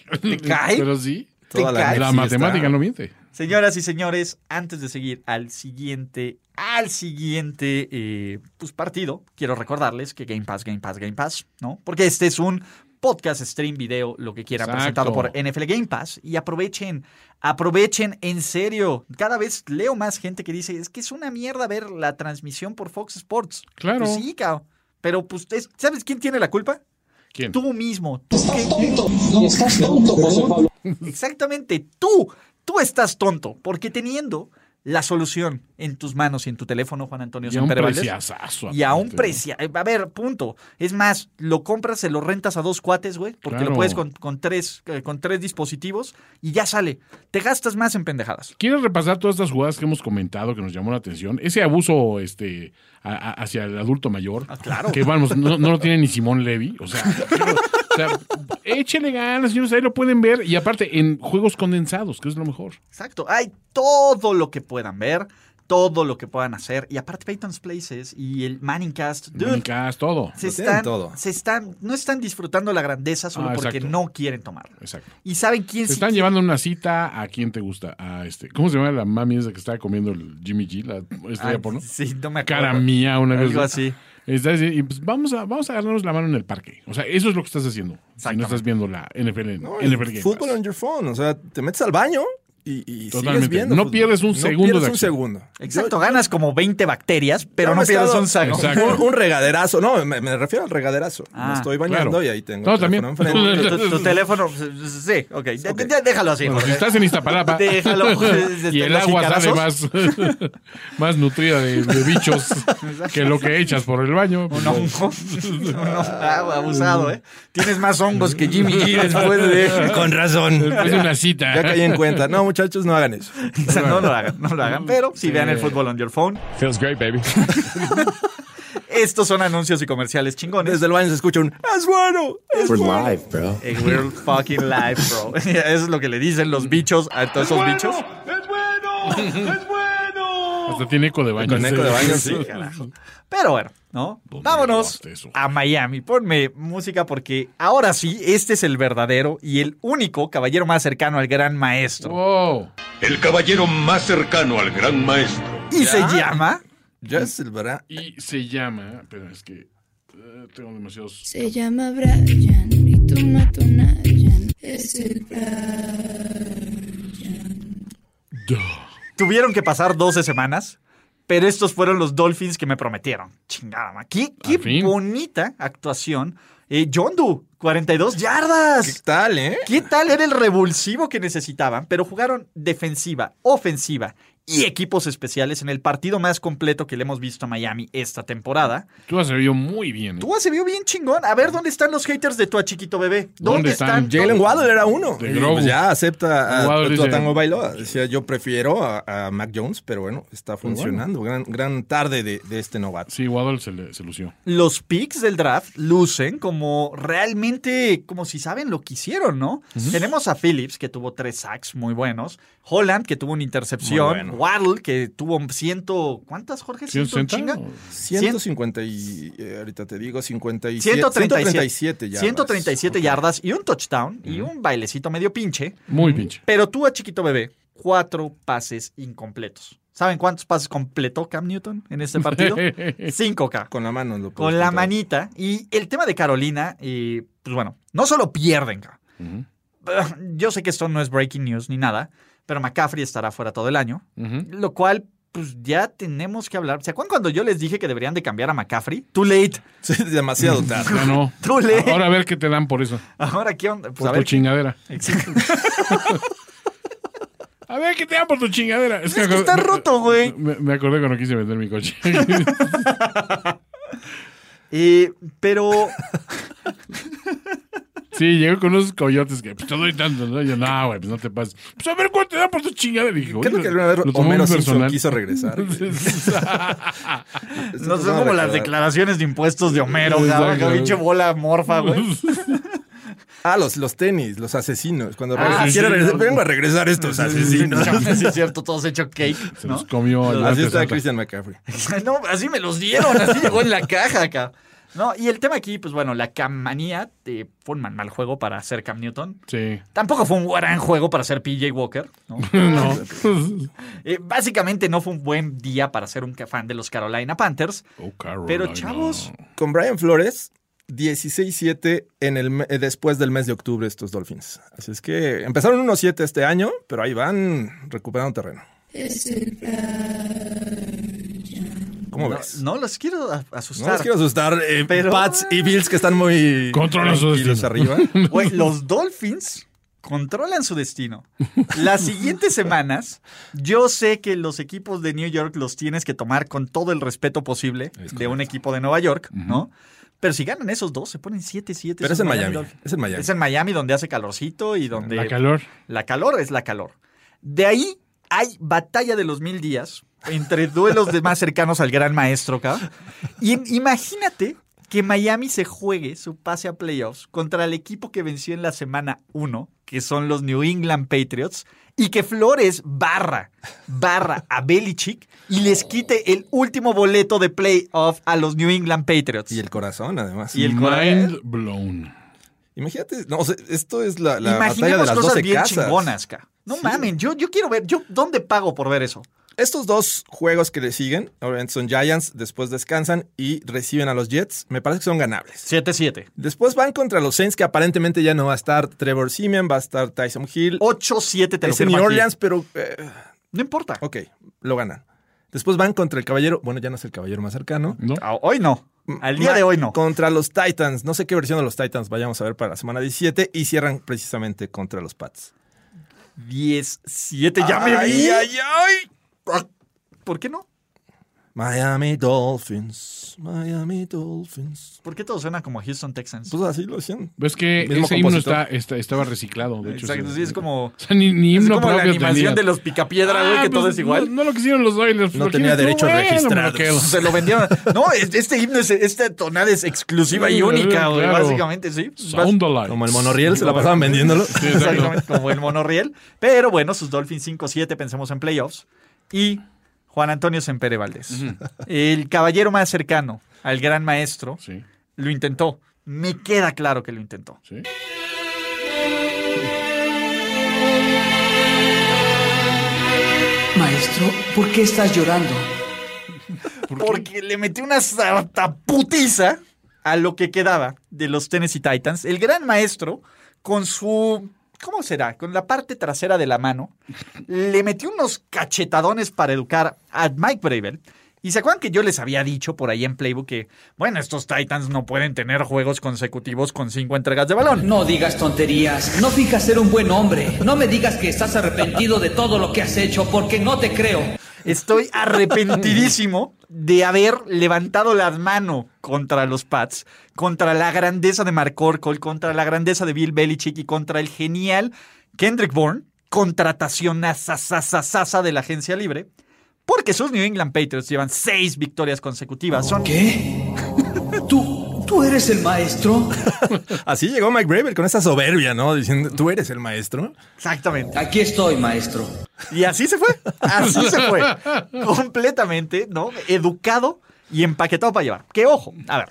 B: cae?
E: Pero sí.
C: Toda
B: Te caes.
C: net
E: La
C: sí
E: matemática
C: está.
E: no miente.
B: Señoras y señores, antes de seguir al siguiente, al siguiente eh, pues, partido, quiero recordarles que Game Pass, Game Pass, Game Pass, ¿no? Porque este es un podcast, stream, video, lo que quieran,
E: Exacto.
B: presentado por NFL Game Pass. Y aprovechen, aprovechen en serio. Cada vez leo más gente que dice, es que es una mierda ver la transmisión por Fox Sports.
E: Claro.
B: Pues sí, cabrón. Pero pues, es- ¿sabes quién tiene la culpa?
E: ¿Quién?
B: Tú mismo. Tú que- Exactamente, tú, tú estás tonto, porque teniendo la solución en tus manos y en tu teléfono, Juan Antonio
E: Y a un
B: Semper Valdés.
E: preciazazo.
B: Y a un
E: aparte.
B: precio. A ver, punto. Es más, lo compras, se lo rentas a dos cuates, güey, porque
E: Claro.
B: lo puedes con, con tres, eh, con tres dispositivos y ya sale. Te gastas más en pendejadas.
E: ¿Quieres repasar todas estas jugadas que hemos comentado que nos llamó la atención? Ese abuso este, a- a- hacia el adulto mayor.
B: Ah, claro.
E: Que vamos, no, no lo tiene ni Simón Levy. O sea, quiero- o sea, échele ganas, señores, ahí lo pueden ver. Y aparte, en juegos condensados, que es lo mejor.
B: Exacto. Hay todo lo que puedan ver, todo lo que puedan hacer. Y aparte, Peyton's Places y el Manningcast. Dude,
E: Manicas, todo.
B: se
C: Lo tienen
B: están,
C: todo.
B: se están, no están disfrutando la grandeza solo
E: Ah,
B: porque
E: exacto.
B: no quieren tomarla.
E: Exacto.
B: Y saben quién
E: Se
B: sí
E: están
B: quiere. Ah,
E: llevando una cita a quién te gusta. A este, ¿Cómo se llama la mami esa que estaba comiendo el Jimmy G? La estrella
B: Ah,
E: porno.
B: Sí, no me acuerdo.
E: Cara mía, una
B: Algo
E: vez.
B: así.
E: Está así, y pues vamos a, vamos a agarrarnos la mano en el parque. O sea, eso es lo que estás haciendo. Si no
B: Exactamente.
E: estás viendo la NFL, en-
C: No,
E: NFL
C: el
E: Game
C: fútbol
E: Pass.
C: on your phone. O sea, te metes al baño y, y
E: Totalmente.
C: sigues viendo.
E: No
C: fútbol.
E: pierdes un
C: No
E: segundo de
C: pierdes un
E: acción.
C: segundo.
B: Exacto, ganas como 20 bacterias, pero
C: Yo
B: no
C: me he
B: pierdes
C: estado-
B: un saco.
E: Exacto.
C: Un, un regaderazo. No, me, me refiero al regaderazo.
B: Ah,
C: me estoy bañando
E: claro.
C: y ahí tengo.
E: No,
C: el teléfono
E: también.
C: enfrente.
B: Tu, tu- tu teléfono, sí, ok, ya- ya déjalo así.
E: Bueno, si
B: Jorge.
E: estás en Iztapalapa
B: Déjalo, este,
E: y el
B: los
E: agua sale
B: jicarazos.
E: más, más nutrida de, de bichos que lo que echas por el baño.
B: Un hongo. Un hongo, ah, abusado, ¿eh? Tienes más hongos que Jimmy G después de...
C: Con razón.
E: Después de una cita. ¿eh?
C: Ya caí en cuenta. No, muchachos, no hagan eso.
B: O sea, no lo hagan, no lo hagan, pero si vean el fútbol on your phone.
H: Feels great, baby.
B: Estos son anuncios y comerciales chingones.
C: Desde el baño se escucha un ¡Es bueno! ¡Es bueno!
H: bro.
B: Eh, We're fucking live, bro. Eso es lo que le dicen los bichos a todos esos bichos.
G: ¡Es bueno! ¡Es bueno!
E: Hasta tiene eco de baño.
C: Con eco de baño,
B: Sí, carajo. Pero bueno, ¿no? Vámonos
E: grabaste eso?
B: a Miami. Ponme música porque ahora sí, este es el verdadero y el único caballero más cercano al gran maestro.
E: Wow.
G: El caballero más cercano al gran maestro.
B: Y se llama.
C: Ya es el verano.
E: Y se llama, pero es que eh, tengo demasiados.
I: Se llama Brian y tú no tú Nayan. Es el
B: Tuvieron que pasar 12 semanas, pero estos fueron los Dolphins que me prometieron. Chingada, ma. Qué, qué
E: Al fin.
B: bonita actuación. Eh, John Doe, 42 yardas.
C: ¿Qué tal, eh?
B: ¿Qué tal era el revulsivo que necesitaban? Pero jugaron defensiva, ofensiva y equipos especiales en el partido más completo que le hemos visto a Miami esta temporada.
E: Tú has servido muy bien. ¿eh?
B: Tua se vio bien chingón. A ver, ¿dónde están los haters de Tua chiquito bebé?
E: ¿Dónde están?
C: Jalen Waddle era uno.
E: De
C: Y,
E: Grogu.
C: pues ya acepta a,
E: Waddle
C: a
E: dice-
C: Tango Bailoa. Decía, yo prefiero a, a Mac Jones, pero bueno, está funcionando. Gran, gran tarde de, de este novato.
E: Sí, Waddle se, le- se lució.
B: Los picks del draft lucen como realmente, como si saben lo que hicieron, ¿no? Tenemos a Phillips, que tuvo tres sacks muy buenos. Holland, que tuvo una intercepción.
C: Muy bueno.
B: Waddle, que tuvo ciento... ¿Cuántas, Jorge? ¿Ciento un
E: 160.
B: chinga?
E: ¿o?
C: 150 y... eh, ahorita te digo, 57.
B: 137,
C: 137 ya.
B: 137 yardas y un touchdown y un bailecito medio pinche.
E: Muy pinche.
B: Pero tú a chiquito bebé, cuatro pases incompletos. ¿Saben cuántos pases completó Cam Newton en este partido? Cinco k
C: Con la mano. Lo puedes
B: Con la
C: contar.
B: manita. Y el tema de Carolina, y, pues bueno, no solo pierden, ca.
E: Ujú.
B: yo sé que esto no es breaking news ni nada, pero McCaffrey estará fuera todo el año,
E: Ujú.
B: lo cual, pues ya tenemos que hablar. ¿Se acuerdan cuando yo les dije que deberían de cambiar a McCaffrey? Too late,
C: Sí, demasiado tarde.
E: Ya no.
B: too late.
E: Ahora a ver qué te dan por eso.
B: Ahora, ¿qué onda? Pues
E: Por
B: a
E: tu
B: ver,
E: chingadera.
B: exacto.
E: A ver qué te dan por tu chingadera.
B: Es que
E: me
B: está
E: acordé-
B: roto, güey.
E: Me, me acordé cuando quise vender mi coche.
B: Eh, pero
E: sí, llegó con unos coyotes que pues, te doy tanto. ¿no? Y Yo, no, güey, pues no te pases. Pues a ver cuánto te dan por tu chingadera. Y dije,
C: ¿Qué es lo
E: oye,
C: que alguna vez
E: lo tomó muy
C: Homero Simpson
E: personal.
C: quiso regresar?
B: no son como las declaraciones de impuestos de Homero, cabrón,
E: Exacto.
B: que pinche bola morfa, güey.
C: Ah, los, los tenis, los asesinos. Cuando
B: Ah,
C: regresa-
B: sí,
C: quiere
B: sí,
C: regresar,
B: no.
C: vengo a regresar estos asesinos.
B: Sí, es cierto, todos hecho cake,
E: Se
B: ¿no?
E: los comió al
C: Así
E: Dante
C: está
E: Santa.
C: Christian McCaffrey.
B: No, así me los dieron, así llegó en la caja acá. No, y el tema aquí, pues bueno, la cammanía eh, fue un mal juego para hacer Cam Newton.
E: Sí.
B: Tampoco fue un gran juego para ser PJ Walker, ¿no?
E: No.
B: Eh, básicamente no fue un buen día para ser un fan de los Carolina Panthers.
E: Oh, Carolina.
B: Pero chavos,
C: Con Brian Flores, 16-7 en el me- eh, después del mes de octubre estos Dolphins. Así es que empezaron 1-7 este año, pero ahí van recuperando terreno.
I: Es el
C: ¿Cómo
B: no,
C: ves?
B: no los quiero a-
C: pues. No
B: asustar.
C: les quiero asustar. eh,
B: Pero-
C: Pats y Bills que están muy
E: Controlan su
C: tranquilos
E: destino.
C: arriba.
B: Güey, los Dolphins controlan su destino. Las siguientes semanas, yo sé que los equipos de New York los tienes que tomar con todo el respeto posible de un equipo de Nueva York, ¿no? Pero si ganan esos dos, se ponen 7-7.
C: Pero es en Miami, es en Miami.
B: Es en Miami donde hace calorcito y donde...
E: La calor.
B: La calor es la calor. De ahí hay batalla de los mil días entre duelos de más cercanos al gran maestro, cabrón. Y en- imagínate que Miami se juegue su pase a playoffs contra el equipo que venció en la semana 1, que son los New England Patriots, y que Flores barra, barra a Belichick y les quite el último boleto de playoff a los New England Patriots.
C: Y el corazón, además.
B: Y el corazón.
E: Mind blown.
C: Imagínate, no, o sea, esto es la, la batalla de
B: Imaginemos
C: las
B: cosas
C: 12
B: bien
C: casas.
B: chingonas, ca. No mamen, yo, yo quiero ver, yo, ¿dónde pago por ver eso?
C: Estos dos juegos que le siguen, obviamente son Giants, después descansan y reciben a los Jets, me parece que son ganables.
B: 7-7.
C: Después van contra los Saints, que aparentemente ya no va a estar Trevor Simeon, va a estar Tyson Hill.
B: 8-7 te Oh, lo
C: es en
B: firmo
C: New
B: aquí.
C: Orleans, pero eh,
B: No importa.
C: ok, lo ganan. Después van contra el caballero, bueno, ya no es el caballero más cercano.
E: ¿No?
B: A- Hoy no. Mm,
C: Mm,
B: Al día de hoy no.
C: Contra los Titans, no sé qué versión de los Titans vayamos a ver para la semana 17 y cierran precisamente contra los Pats.
B: 17, ya me
C: Ay,
B: vi. Ah.
C: ay, ay.
B: ¿Por qué no?
C: Miami Dolphins, Miami Dolphins.
B: ¿Por qué todo suena como Houston Texans?
C: Pues así lo hacían.
E: Ves que
C: Mismo
E: ese himno
C: compositor.
E: está, está- estaba reciclado. De hecho,
B: Exacto,
E: se-
B: sí, es como,
E: O sea, ni, ni
B: es
E: himno
B: como la
E: propio
B: animación
E: tenía.
B: de los picapiedra, güey,
E: Ah,
B: que todo
E: pues,
B: es igual.
E: No, no lo quisieron los Oilers.
C: No
E: lo
C: tenía
E: quieres tú,
C: derechos
E: bueno,
C: registrados.
E: bloqueo.
B: Se lo vendieron. No, es- este himno, es, esta tonada es exclusiva y
E: Sí,
B: única, güey,
E: claro.
B: básicamente, sí.
E: Sound alert.
C: Como el monorriel se la pasaban vendiéndolo.
B: Exactamente, como el monorriel. Pero bueno, sus Dolphins 5-7, pensemos en playoffs. Y Juan Antonio Sempere Valdés, el caballero más cercano al gran maestro,
E: Sí.
B: lo intentó. Me queda claro que lo intentó.
E: Sí.
H: Maestro, ¿por qué estás llorando?
B: Porque le metió una sartaputiza a lo que quedaba de los Tennessee Titans. El gran maestro, con su. ¿Cómo será? Con la parte trasera de la mano, le metió unos cachetadones para educar a Mike Bravel. Y se acuerdan que yo les había dicho por ahí en Playbook que, bueno, estos Titans no pueden tener juegos consecutivos con cinco entregas de balón.
H: No digas tonterías, no fijas ser un buen hombre. No me digas que estás arrepentido de todo lo que has hecho porque no te creo.
B: Estoy arrepentidísimo de haber levantado la mano contra los Pats, contra la grandeza de Mark Orcol, contra la grandeza de Bill Belichick y contra el genial Kendrick Bourne, contratación asasasasasa de la agencia libre, porque sus New England Patriots llevan seis victorias consecutivas.
H: Oh.
B: Son
H: ¿Qué? ¿Tú, tú eres el maestro?
C: Así llegó Mike Braver con esa soberbia, ¿no? Diciendo, tú eres el maestro.
B: exactamente.
H: Aquí estoy, maestro.
B: Y así se fue, así se fue. Completamente, ¿no? Educado y empaquetado para llevar. Que ojo, a ver.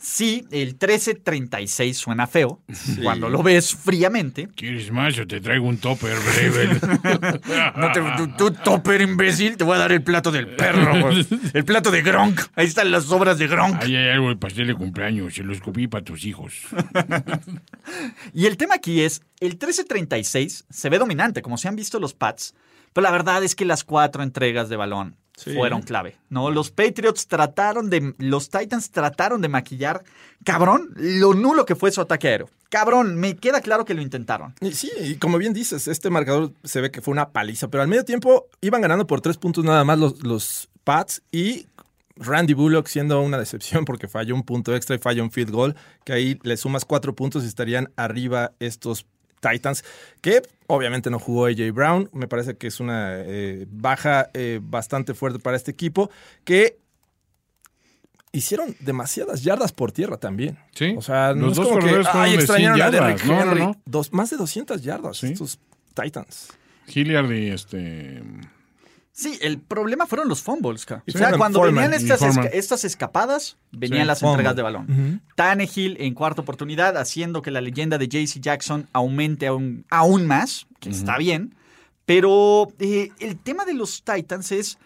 B: Sí, el 1336 suena feo cuando lo ves fríamente.
E: ¿Quieres más o te traigo un topper, Bravel?
B: No te, tú, tú, topper imbécil, te voy a dar el plato del perro, güey. el plato de Gronk. Ahí están las obras de Gronk.
E: Ahí hay algo de pastel de cumpleaños. Se lo escupí para tus hijos.
B: Y el tema aquí es, el 1336 se ve dominante, como se han visto los Pats, pero la verdad es que las cuatro entregas de balón fueron clave. No, los Patriots trataron de, los Titans trataron de maquillar, cabrón, lo nulo que fue su ataque aéreo. Cabrón, me queda claro que lo intentaron.
C: Y sí, y como bien dices, este marcador se ve que fue una paliza, pero al medio tiempo iban ganando por tres puntos nada más los, los Pats y Randy Bullock siendo una decepción porque falló un punto extra y falló un field goal, que ahí le sumas cuatro puntos y estarían arriba estos Titans, que obviamente no jugó AJ Brown, me parece que es una eh, baja eh, bastante fuerte para este equipo, que hicieron demasiadas yardas por tierra también.
E: Sí.
C: O sea, no
E: Los
C: es
E: dos
C: como que,
E: corredores fueron
C: ay,
E: de 100
C: extrañaron a
E: yardas".
C: Derrick
E: No, no,
C: Henry.
E: no.
C: Dos, más de 200 yardas
E: Sí.
C: estos Titans.
E: Hilliard y este...
B: Sí, el problema fueron los fumbles, ca.
C: Sí,
B: O sea,
C: fueron
B: cuando
C: Foreman,
B: venían estas,
E: Foreman.
B: esca- estas escapadas, venían
E: Sí,
B: las
C: fumble.
B: entregas de balón. Tannehill en cuarta oportunidad, haciendo que la leyenda de JC Jackson aumente aún, aún más, que está bien. Pero eh, el tema de los Titans es,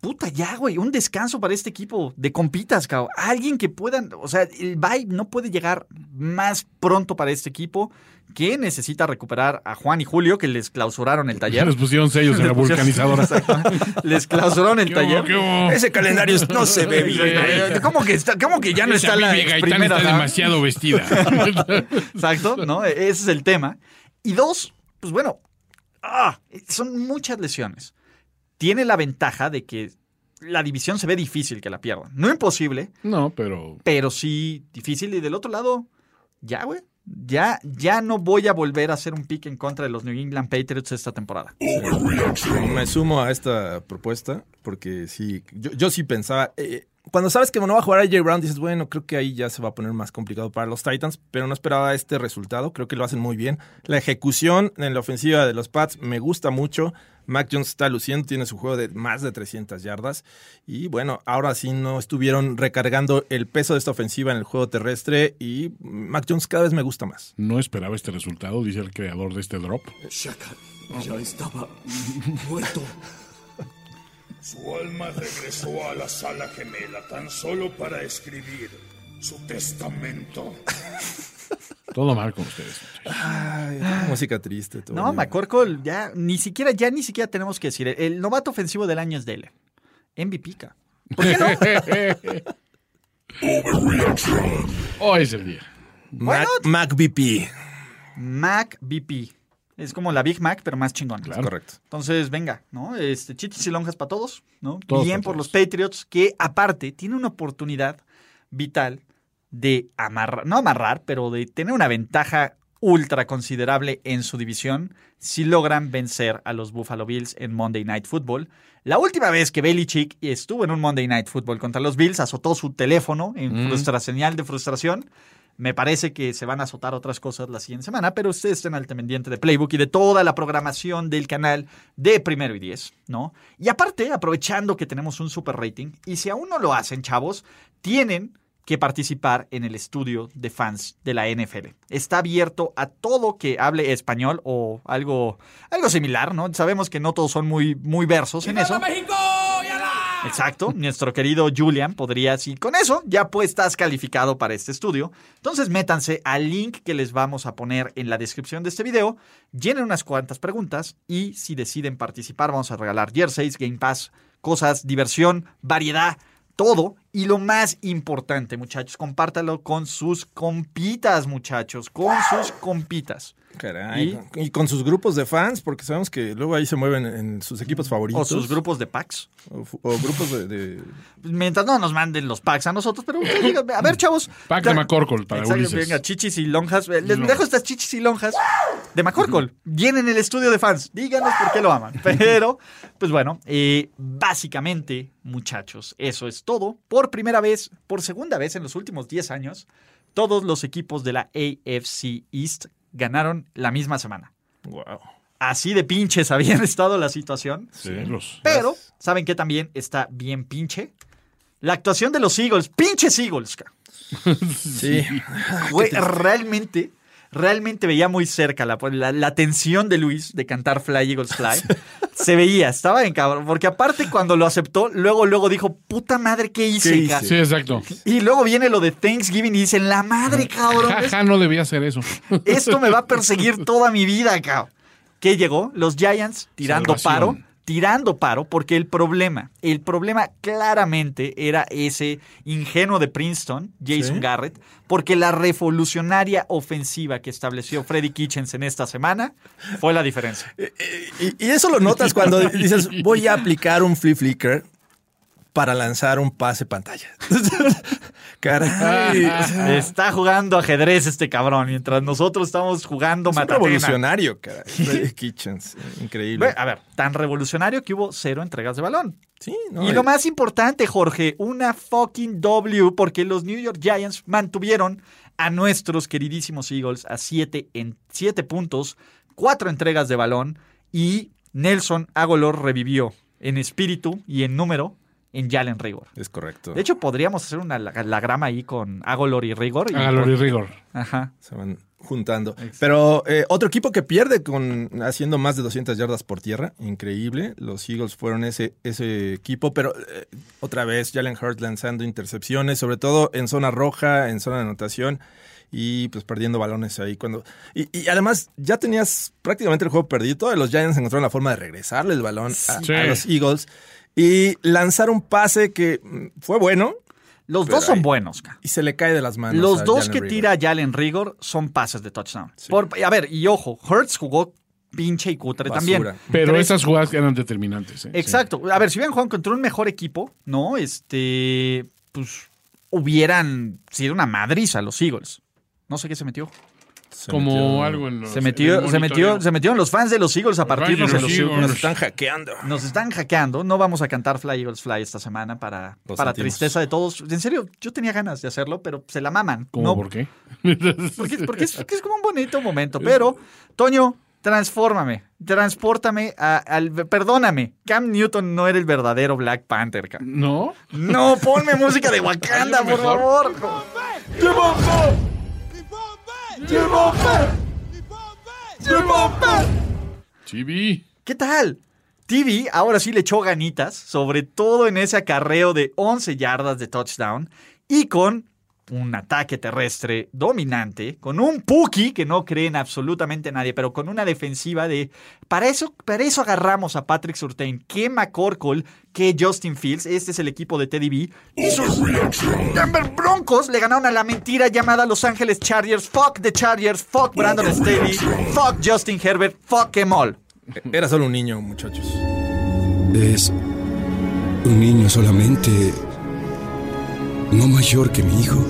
B: puta ya, güey, un descanso para este equipo de compitas, cabrón. Alguien que puedan, o sea, el vibe no puede llegar más pronto para este equipo que necesita recuperar a Juan y Julio, que les clausuraron el
E: Ya
B: taller.
E: les pusieron sellos en la vulcanizadora.
B: Les clausuraron el
E: ¿Qué
B: taller.
E: hubo? ¿Qué hubo?
C: Ese calendario no se ve bien.
B: ¿Cómo que, está, ¿Cómo que ya no
E: Esa
B: está la
E: Bibi
B: ex
E: Gaitán
B: primera?
E: está
B: dama?
E: demasiado vestida.
B: Exacto, ¿no? E-, Ese es el tema. Y dos, pues bueno, ah, son muchas lesiones. Tiene la ventaja de que la división se ve difícil que la pierdan. No imposible,
E: No, pero.
B: pero sí difícil. Y del otro lado, ya, güey. Ya, ya no voy a volver a hacer un pick en contra de los New England Patriots esta temporada.
C: Me sumo a esta propuesta porque sí, yo, yo sí pensaba. eh, cuando sabes que no va a jugar a Jay Brown, dices, bueno, creo que ahí ya se va a poner más complicado para los Titans, pero no esperaba este resultado. Creo que lo hacen muy bien. La ejecución en la ofensiva de los Pats me gusta mucho. Mac Jones está luciendo, tiene su juego de más de 300 yardas. Y bueno, ahora sí no estuvieron recargando el peso de esta ofensiva en el juego terrestre. Y Mac Jones cada vez me gusta más.
E: No esperaba este resultado, dice el creador de este drop.
J: Shaka ya estaba muerto.
G: Su alma regresó a la sala gemela tan solo para escribir su testamento.
E: Todo mal con ustedes.
C: Ay, música triste. todo
B: No,
C: bien.
B: McCorkle, ya ni siquiera, ya ni siquiera tenemos que decir. El novato ofensivo del año es Dele. MVP, ca. ¿Por qué no?
E: Hoy es el día.
C: Mac, Mac VP.
B: Mac VP. Es como la Big Mac, pero más chingón.
C: Correcto.
B: Entonces, venga, ¿no? Este, chichis y lonjas para todos, ¿no?
E: Todos
B: Bien
E: pa'
B: por
E: todos.
B: los Patriots, que aparte tiene una oportunidad vital de amarrar, no amarrar, pero de tener una ventaja ultra considerable en su división si logran vencer a los Buffalo Bills en Monday Night Football. La última vez que Belichick estuvo en un Monday Night Football contra los Bills, azotó su teléfono
E: Mm.
B: en frustra- señal de frustración. Me parece que se van a azotar otras cosas la siguiente semana, pero ustedes estén al pendiente de Playbook y de toda la programación del canal de Primero y Diez, ¿no? Y aparte, aprovechando que tenemos un super rating, y si aún no lo hacen, chavos, tienen que participar en el estudio de fans de la NFL. Está abierto a todo que hable español o algo, algo similar, ¿no? Sabemos que no todos son muy, muy versos en eso. Exacto, nuestro querido Julian podría, y con eso ya pues estás calificado para este estudio. Entonces métanse al link que les vamos a poner en la descripción de este video, llenen unas cuantas preguntas y si deciden participar vamos a regalar jerseys, Game Pass, cosas, diversión, variedad, todo. Y lo más importante, muchachos, compártalo con sus compitas, muchachos, con sus compitas.
C: Caray. Y, con sus grupos de fans, porque sabemos que luego ahí se mueven en sus equipos
B: O
C: favoritos.
B: sus grupos de packs.
C: O, fu- o grupos de, de-
B: Mientras no nos manden los packs a nosotros, pero ustedes digan, a ver, chavos.
E: Pack de Macorcol para
B: Exacto,
E: Ulises.
B: venga, chichis y lonjas. Eh, Les
E: No.
B: dejo estas chichis y lonjas de Macorcol. Vienen en el estudio de fans. Díganos por qué lo aman. Pero, pues bueno, eh, básicamente, muchachos, eso es todo. Por primera vez, por segunda vez en los últimos 10 años, todos los equipos de la AFC East ganaron la misma semana.
C: Wow.
B: Así de pinches habían estado la situación.
E: Celos.
B: Pero, ¿saben qué también está bien pinche? La actuación de los Eagles, pinches Eagles. ca.
C: Sí. Ah,
B: Güey, realmente, realmente veía muy cerca la, la, la tensión de Luis de cantar Fly Eagles Fly. Se veía, estaba en cabrón. Porque aparte cuando lo aceptó, luego, luego dijo, puta madre, ¿qué hice?
C: ¿Qué hice?
B: ca?".
E: Sí, exacto.
B: Y luego viene lo de Thanksgiving y dicen, la madre, cabrón. es-
E: Jaja, no debía hacer eso.
B: esto me va a perseguir toda mi vida, cabrón. ¿Qué llegó? Los Giants tirando
E: Salvación.
B: paro. Tirando paro, porque el problema, el problema claramente era ese ingenuo de Princeton, Jason
C: Sí.
B: Garrett, porque la revolucionaria ofensiva que estableció Freddy Kitchens en esta semana fue la diferencia.
C: Eh, Y, y eso lo notas cuando dices, voy a aplicar un flip flicker para lanzar un pase pantalla. Caray. o sea,
B: Está jugando ajedrez este cabrón, mientras nosotros estamos jugando
C: es un
B: matatena.
C: revolucionario, caray. Freddy Kitchens. Increíble.
B: Ve, A ver, tan revolucionario que hubo cero entregas de balón.
C: sí, no,
B: y lo
C: eh,
B: más importante, Jorge, una fucking W, porque los New York Giants mantuvieron a nuestros queridísimos Eagles a 7 en siete puntos, cuatro entregas de balón y Nelson Agolor revivió en espíritu y en número en Jalen Rigor.
C: Es correcto.
B: De hecho, podríamos hacer una la- lagrama ahí con Agolor y Rigor. y-
E: Hágalo y rigor.
B: Ajá.
C: Se van juntando. Pero eh, otro equipo que pierde con haciendo más de 200 yardas por tierra, increíble. Los Eagles fueron ese, ese equipo, pero eh, otra vez Jalen Hurts lanzando intercepciones, sobre todo en zona roja, en zona de anotación y pues perdiendo balones ahí cuando y, y además ya tenías prácticamente el juego perdido. Los Giants encontraron la forma de regresarle el balón a,
E: Sí.
C: a los Eagles y lanzar un pase que mm, fue bueno.
B: Los
C: Pero
B: dos son
C: ahí-
B: buenos, ca.
C: Y se le cae de las manos.
B: Los
C: a
B: dos
C: Jalen
B: que
C: Rigor.
B: tira Jalen Rigor son pases de touchdown. Por- a ver, y ojo, Hurts jugó pinche y cutre también.
E: Pero
B: Tres-
E: esas jugadas eran determinantes. ¿eh?
B: Exacto. A ver, si hubieran jugado contra un mejor equipo, ¿no? Este, pues hubieran sido una madriza los Eagles. No sé qué se metió.
E: Sí. Como algo en los-
B: se metió,
E: en
B: se
E: el
B: metió,
E: monitoreo.
B: se metieron los fans de los Eagles a partirnos
E: fans
B: en los
E: de los
B: Eagles.
E: Eagles.
C: Nos están hackeando.
B: Nos están hackeando. No vamos a cantar Fly Eagles Fly esta semana para,
C: Lo
B: para
C: sentimos.
B: tristeza de todos. En serio, yo tenía ganas de hacerlo, pero se la maman.
E: ¿Cómo
B: No,
E: por qué?
B: porque, porque es, porque es como un bonito momento. Pero, Toño, transfórmame. Transpórtame a- al. Perdóname. Cam Newton no era el verdadero Black Panther, ca.
E: ¿No?
B: No, ponme música de Wakanda, por favor.
E: Chibi.
B: ¿Qué tal? TV ahora sí le echó ganitas, sobre todo en ese acarreo de 11 yardas de touchdown y con un ataque terrestre dominante, con un Puki que no cree en absolutamente nadie, pero con una defensiva de... Para eso, para eso agarramos a Patrick Surtain, que McCorkle, que Justin Fields, este es el equipo de Teddy B. Y sus Denver Broncos le ganaron a la mentira llamada Los Ángeles Chargers, fuck the Chargers, fuck Brandon Staley, fuck Justin Herbert, fuck them all.
C: Era solo un niño, muchachos.
K: Es un niño solamente, no mayor que mi hijo.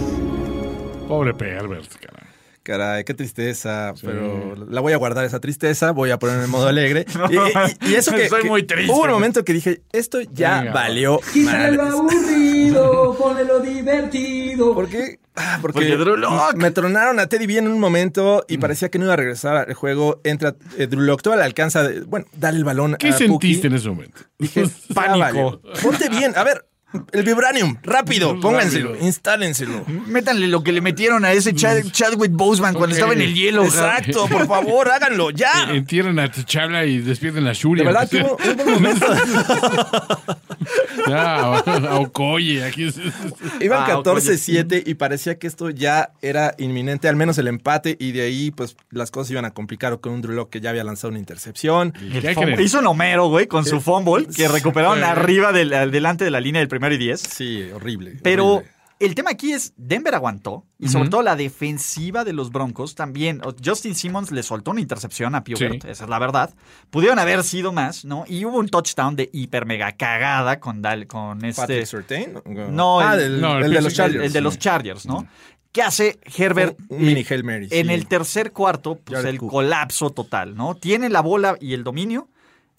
E: Pobre Pervert, caray.
C: Caray, qué tristeza. Pero la voy a guardar esa tristeza, voy a poner en modo alegre. y, y- y eso que.
B: Soy
C: que
B: muy triste.
C: Hubo un momento que dije, esto ya
B: Venga.
C: valió. madres.
H: Quítale lo aburrido, ponle lo divertido. ¿Por qué?
C: Ah, porque,
B: Porque Drew Mm. Lock.
C: me tronaron a Teddy B en un momento y parecía que no iba a regresar al juego. Entra eh, Drew Lock, todavía le alcanza, de- bueno, dar el balón
E: ¿Qué
C: a
E: sentiste
C: Pookie.
E: en ese momento?
C: Ah, Dije, pánico. Ponte bien, a ver, el Vibranium, rápido, pónganselo, instálenselo.
B: Métanle lo que le metieron a ese
C: Mm.
B: Chad- Chadwick Boseman cuando
E: Ok.
B: estaba en el hielo. ja.
C: Exacto, por favor, háganlo ya.
E: Entierren a T'Challa y despierten a Shuri.
C: De verdad, que hubo, hubo un momento.
E: Ah, a Okoye. Aquí es-
C: Iban
B: Ah, ok,
C: 14-7 y parecía que esto ya era inminente, al menos el empate, y de ahí, pues, las cosas iban a complicar con un Drew Lock que ya había lanzado una intercepción.
E: ¿Qué
B: Fumble.
E: creen? Eh,
B: Hizo un Homero, güey, con su fumble que recuperaron
E: güey.
B: arriba del, al- delante de la línea del primero y diez.
C: Sí, horrible.
B: Pero
C: horrible.
B: el tema aquí es Denver aguantó y sobre todo la defensiva de los Broncos también. O- Justin Simmons le soltó una intercepción a Pugh,
E: Sí.
B: esa es la verdad. Pudieron haber sido más, ¿no? Y hubo un touchdown de hiper mega cagada con, Dal- con
C: Patrick
B: este
C: Surtain.
B: No,
C: Ah,
B: el-
C: del-
E: no,
C: el,
E: el
C: de
E: Pittsburgh-
C: los Chargers.
B: el de los Chargers, ¿no? ¿Qué hace Herbert?
C: Un- un mini Hail Mary,
B: En
C: sí.
B: el tercer cuarto, pues
C: Jared
B: el
C: Cook.
B: colapso total, ¿no? Tiene la bola y el dominio,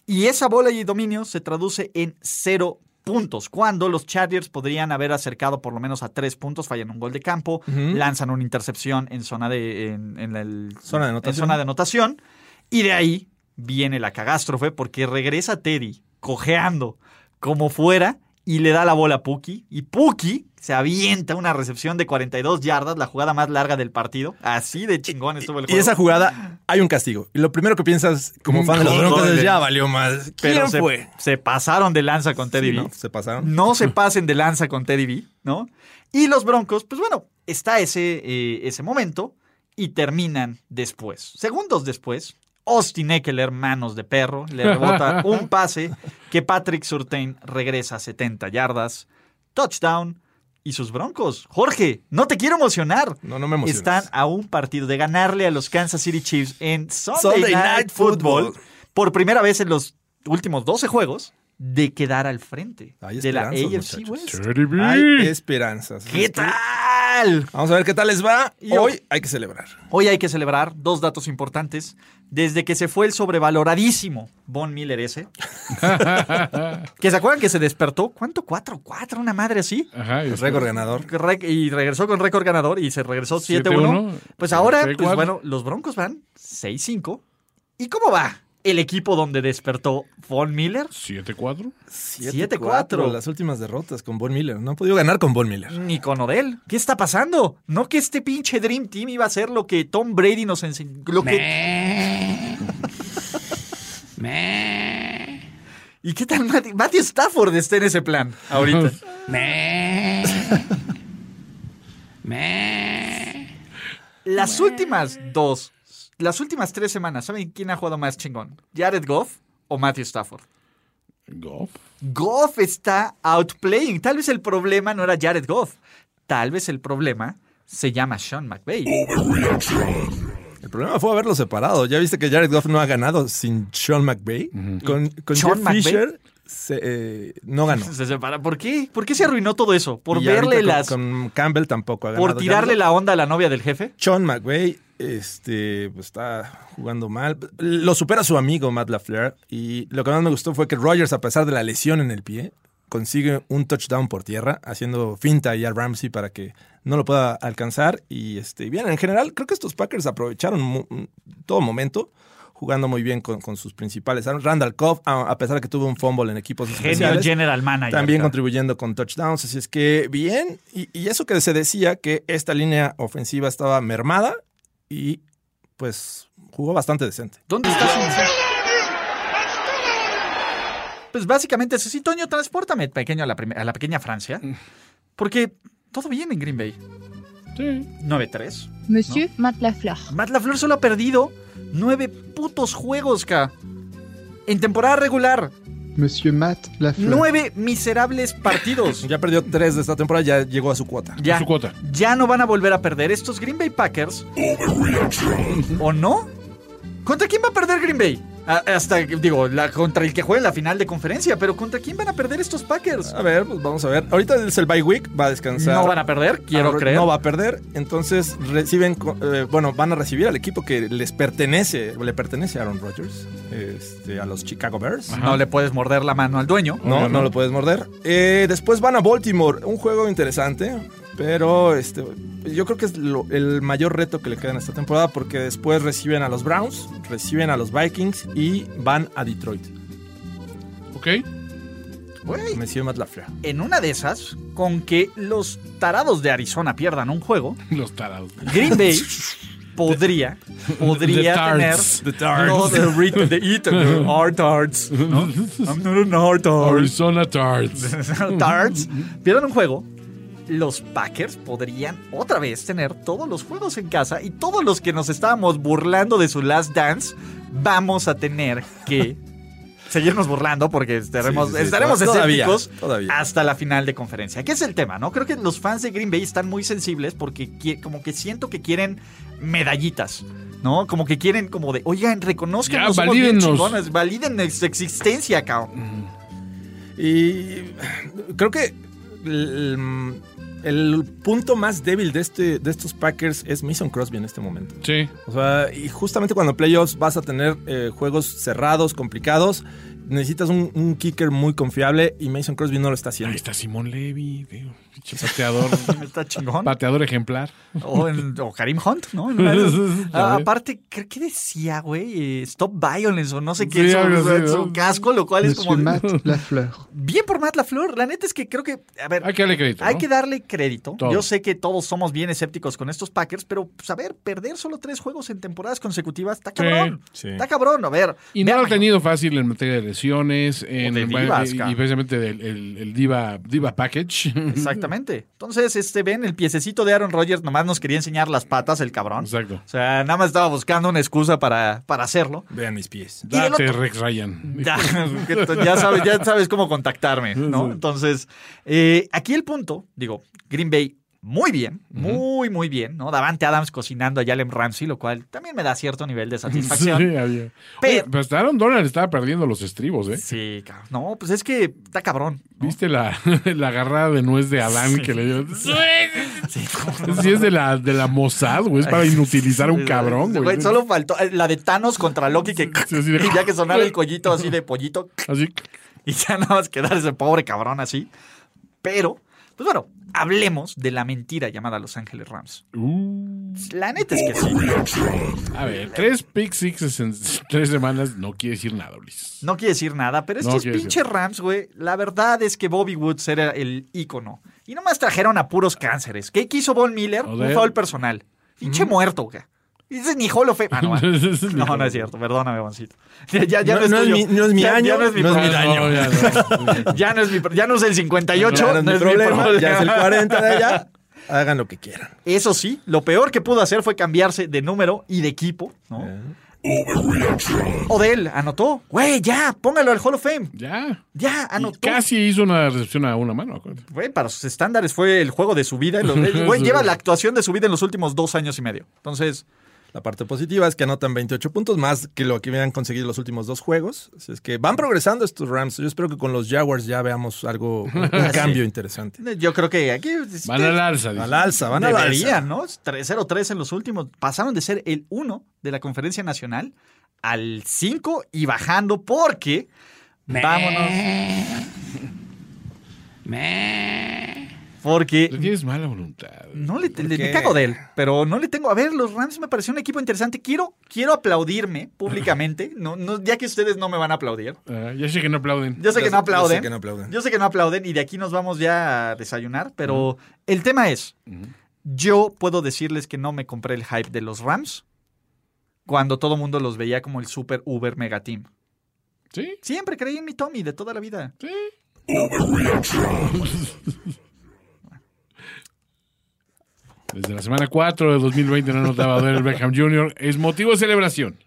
B: y esa bola y dominio se traduce en cero puntos, cuando los Chargers podrían haber acercado por lo menos a tres puntos, fallan un gol de campo, lanzan una intercepción en zona de, en, en el-
C: Zona de
B: en
C: anotación.
B: zona de anotación, y de ahí viene la cagástrofe, porque regresa Teddy cojeando como fuera y le da la bola a Puki. Y Puki se avienta una recepción de 42 yardas, la jugada más larga del partido. Así de chingón estuvo el
C: Y
B: juego. Mm,
C: esa jugada, hay un castigo. Y lo primero que piensas como fan de los
B: Gol,
C: Broncos
B: gol.
C: es, ya valió más. ¿Quién
B: Pero se,
C: fue?
B: se pasaron de lanza con Teddy
C: Sí,
B: B.
C: ¿no? Se pasaron.
B: No se pasen de lanza con Teddy B, ¿no? Y los Broncos, pues bueno, está ese, eh, ese momento y terminan después. Segundos después, Austin Eckler, manos de perro, le rebota un pase que Patrick Surtain regresa a 70 yardas, touchdown y sus Broncos. Jorge, no te quiero emocionar.
C: No, no me emociones.
B: Están a un partido de ganarle a los Kansas City Chiefs en Sunday,
C: Sunday
B: Night,
C: Night
B: Football.
C: Football.
B: por primera vez en los últimos 12 juegos de quedar al frente
C: Hay
B: de la
C: esperanzas,
B: AFC West.
E: Teddy B.
C: Hay esperanzas.
B: ¿Qué tal?
C: Vamos a ver qué tal les va.
B: Y-
C: Hoy hay que celebrar.
B: Hoy hay que celebrar dos datos importantes. Desde que se fue el sobrevaloradísimo Von Miller ese, que se acuerdan que se despertó, ¿cuánto? ¿4-4? ¿Una madre así?
E: Ajá, y
C: Récord ganador.
B: Re- Y regresó con récord ganador y se regresó 7-1.
E: 7-1.
B: Pues ahora, pues
E: 4-4.
B: bueno, los Broncos van 6-5. ¿Y cómo va el equipo donde despertó Von Miller?
E: 7-4.
B: 7-4.
C: Las últimas derrotas con Von Miller. No ha podido ganar con Von Miller.
B: Ni con Odell. ¿Qué está pasando? No que este pinche Dream Team iba a ser lo que Tom Brady nos enseñó. Lo que... ¿Y qué tal Matty? Matty Stafford está en ese plan ahorita. Las últimas dos, las últimas tres semanas, ¿saben quién ha jugado más chingón? ¿Jared Goff o Matthew Stafford?
E: Goff.
B: Goff está outplaying. Tal vez el problema no era Jared Goff. Tal vez el problema se llama Sean McVay.
C: Oh, El problema fue haberlo separado. ¿Ya viste que Jared Goff no ha ganado sin Sean McVay? Con, con
B: Sean
C: Jeff
B: McVay.
C: Fisher se, eh, no ganó.
B: Se separa. ¿Por qué? ¿Por qué se arruinó todo eso? ¿Por
C: Y ahorita
B: verle
C: con-
B: las.
C: Con, Campbell tampoco ha ganado.
B: ¿Por tirarle
C: Ya
B: la onda a la novia del jefe?
C: no- Sean McVay este, pues, está jugando mal. Lo supera su amigo Matt LaFleur. Y lo que más me gustó fue que Rogers, a pesar de la lesión en el pie, consigue un touchdown por tierra, haciendo finta ahí a Ramsey para que no lo pueda alcanzar. Y este, bien, en general, creo que estos Packers aprovecharon mu- todo momento. Jugando muy bien con, con sus principales. armas. Randall Cobb, a, a pesar de que tuvo un fumble en equipos
B: Genio
C: especiales,
B: General Manager.
C: también
B: cabrón.
C: contribuyendo con touchdowns. Así es que bien. Y, y eso que se decía que esta línea ofensiva estaba mermada y pues jugó bastante decente.
B: ¿Dónde está Pues básicamente eso sí, Toño, transpórtame pequeño a la, prim- a la pequeña Francia.
C: Mm.
B: Porque todo bien en Green Bay.
E: Sí.
B: 9-3.
L: Monsieur Matt Lafleur.
B: Matt LaFleur solo ha perdido nueve putos juegos, K. En temporada regular.
M: Monsieur Matt Lafleur.
B: Nueve miserables partidos.
C: Ya perdió tres de esta temporada, ya llegó a su cuota.
B: Ya.
C: A su
E: cuota.
B: Ya no van a volver a perder estos Green Bay Packers. ¿O no? ¿Contra quién va a perder Green Bay? A- Hasta, digo, la, contra el que juegue la final de conferencia, pero ¿contra quién van a perder estos Packers?
C: A ver, pues vamos a ver. Ahorita es el bye week, va a descansar.
B: No van a perder, quiero
C: Ahora,
B: creer.
C: No va a perder. Entonces reciben, co- eh, bueno, van a recibir al equipo que les pertenece, le pertenece a Aaron Rodgers, este, a los Chicago Bears.
B: No le puedes morder la mano al dueño.
C: No, no lo puedes morder. Eh, después van a Baltimore, un juego interesante, pero este, yo creo que es lo- el mayor reto que le queda en esta temporada porque después reciben a los Browns, reciben a los Vikings y van a Detroit.
E: Ok.
B: Güey.
C: Monsieur Matt Lafleur.
B: En una de esas, con que los tarados de Arizona pierdan un juego,
E: Los tarados.
B: Green Bay podría, podría
E: the
B: tener
E: tards, the tards.
B: No, the re- the eat- the art tards, ¿no? I'm not an art tard.
E: Arizona Tarts.
B: Tards. Pierdan un juego. Los Packers podrían otra vez tener todos los juegos en casa y todos los que nos estábamos burlando de su Last Dance, vamos a tener que seguirnos burlando porque estaremos,
C: Sí, sí, sí,
B: estaremos
C: to- todavía,
B: escépticos
C: todavía.
B: hasta la final de conferencia. ¿Qué es el tema, no? Creo que los fans de Green Bay están muy sensibles porque qui- como que siento que quieren medallitas, ¿no? Como que quieren como de, oigan, reconozcan
E: Ya, valídennos.
B: validen nuestra existencia, cabrón.
C: Y creo que el, el punto más débil de, este, de estos Packers es Mason Crosby en este momento.
E: Sí.
C: O sea, y justamente cuando playoffs vas a tener eh, juegos cerrados, complicados. Necesitas un, un kicker muy confiable y Mason Crosby no lo está haciendo.
E: Ahí está Simón Levy, digo, pinche pateador.
B: Está chingón.
E: Pateador ejemplar.
B: O, en- o Karim Hunt, ¿no? En una de esas. Ah, aparte, ¿qué qué decía, güey? Eh, Stop violence o no sé qué.
M: Sí,
B: su-
M: algo
B: su,
M: así,
B: su
M: ¿no?
B: casco, lo cual es
M: Monsieur
B: como.
M: Matt Lafleur.
B: Bien por Matt LaFleur. La neta es que creo que. A ver.
E: Hay que darle crédito.
B: Hay
E: ¿no?
B: que darle crédito.
E: Todo.
B: Yo sé que todos somos bien escépticos con estos Packers, pero pues, a ver, perder solo tres juegos en temporadas consecutivas está
E: Sí,
B: cabrón.
E: sí.
B: Está cabrón, a ver.
E: Y no lo ha tenido fácil en materia de lesiones, en,
B: de divas,
E: y,
B: cabrón.
E: y precisamente del el, el diva, diva Package.
B: Exactamente. Entonces, este, ven, el piececito de Aaron Rodgers nomás nos quería enseñar las patas, el cabrón.
E: Exacto.
B: O sea, nada más estaba buscando una excusa para, para hacerlo.
C: Vean mis pies.
B: Y del
E: Date,
B: otro-
E: Rex Ryan.
B: Ya,
E: pues,
B: que t- ya sabes, ya sabes cómo contactarme, ¿no? Entonces, eh, aquí el punto, digo, Green Bay muy bien, muy, muy bien, ¿no? Davante Adams cocinando a Jalen Ramsey, lo cual también me da cierto nivel de
E: Sí,
B: satisfacción.
E: había. Oye, Pero, hasta Aaron Donald estaba perdiendo los estribos, ¿eh?
B: Sí, cabrón. No, pues es que está cabrón.
E: ¿Viste la, la agarrada de nuez de Adán que le dio? Sí, es de la, de la Mossad, güey. Es para inutilizar a un cabrón, güey.
B: Güey, solo faltó eh, la de Thanos contra Loki que y ya que sonaba el collito así de pollito.
E: Así.
B: Y ya nada más quedar ese pobre cabrón así. Pero, pues bueno, hablemos de la mentira llamada Los Ángeles Rams. La neta es que sí.
E: A ver, tres pick sixes en tres semanas no quiere decir nada, Ulises.
B: No quiere decir nada, pero
E: No
B: estos
E: quiere decir.
B: pinches Rams, güey, la verdad es que Bobby Woods era el ícono. Y nomás trajeron a puros cánceres. ¿Qué quiso Von Miller?
E: Joder.
B: Un foul personal. Pinche muerto, güey. Dice ni Hall of Fame. Ah, no, no, no es cierto. Perdóname, Boncito. Ya, ya- ya
C: No-
B: no, es
C: no es
B: tuyo.
C: mi- no es mi
B: Ya- ya
C: año,
B: no es mi
C: no es mi
E: Ah,
B: problema.
C: daño.
B: ya, no es mi, pro- ya no es el 58.
C: Ya no es mi problema, ya es el 40 de allá. Hagan lo que quieran.
B: Eso sí, lo peor que pudo hacer fue cambiarse de número y de equipo, ¿no?
E: Eh.
B: Odell anotó. Güey, ya, póngalo al Hall of Fame.
E: Ya.
B: Ya, anotó.
E: Casi hizo una recepción a una mano. acuérdate.
B: Güey, para sus estándares fue el juego de su vida. el Odell. Güey, lleva la actuación de su vida en los últimos dos años y medio. Entonces,
C: La parte positiva es que anotan 28 puntos más que lo que habían conseguido los últimos dos juegos. Así es que van progresando estos Rams. Yo espero que con los Jaguars ya veamos algo, un
B: Sí.
C: cambio interesante.
B: yo creo que aquí. este,
E: Van al alza. dice.
C: Al alza, van a la alza.
B: Deberían, ¿no? 3-0-3 en los últimos. Pasaron de ser el 1 de la conferencia nacional al 5 y bajando porque. Vámonos.
E: Tú
B: Porque
E: tienes mala voluntad.
B: no le, le-
C: qué?
B: me cago de él, pero no le tengo. A ver, los Rams me pareció un equipo interesante. Quiero, quiero aplaudirme públicamente, no, no, ya que ustedes no me van a aplaudir.
E: Ah, ya sé que no aplauden.
B: Yo sé que no aplauden.
C: Yo sé que no aplauden.
B: Yo sé que no aplauden y de aquí nos vamos ya a desayunar, pero el tema es, yo puedo decirles que no me compré el hype de los Rams cuando todo mundo los veía como el super uber mega team.
E: Sí,
B: Siempre creí en mi Tommy de toda la vida.
E: sí. Desde la semana 4 de 2020 no anotaba Odell Beckham Jr. Es motivo de celebración.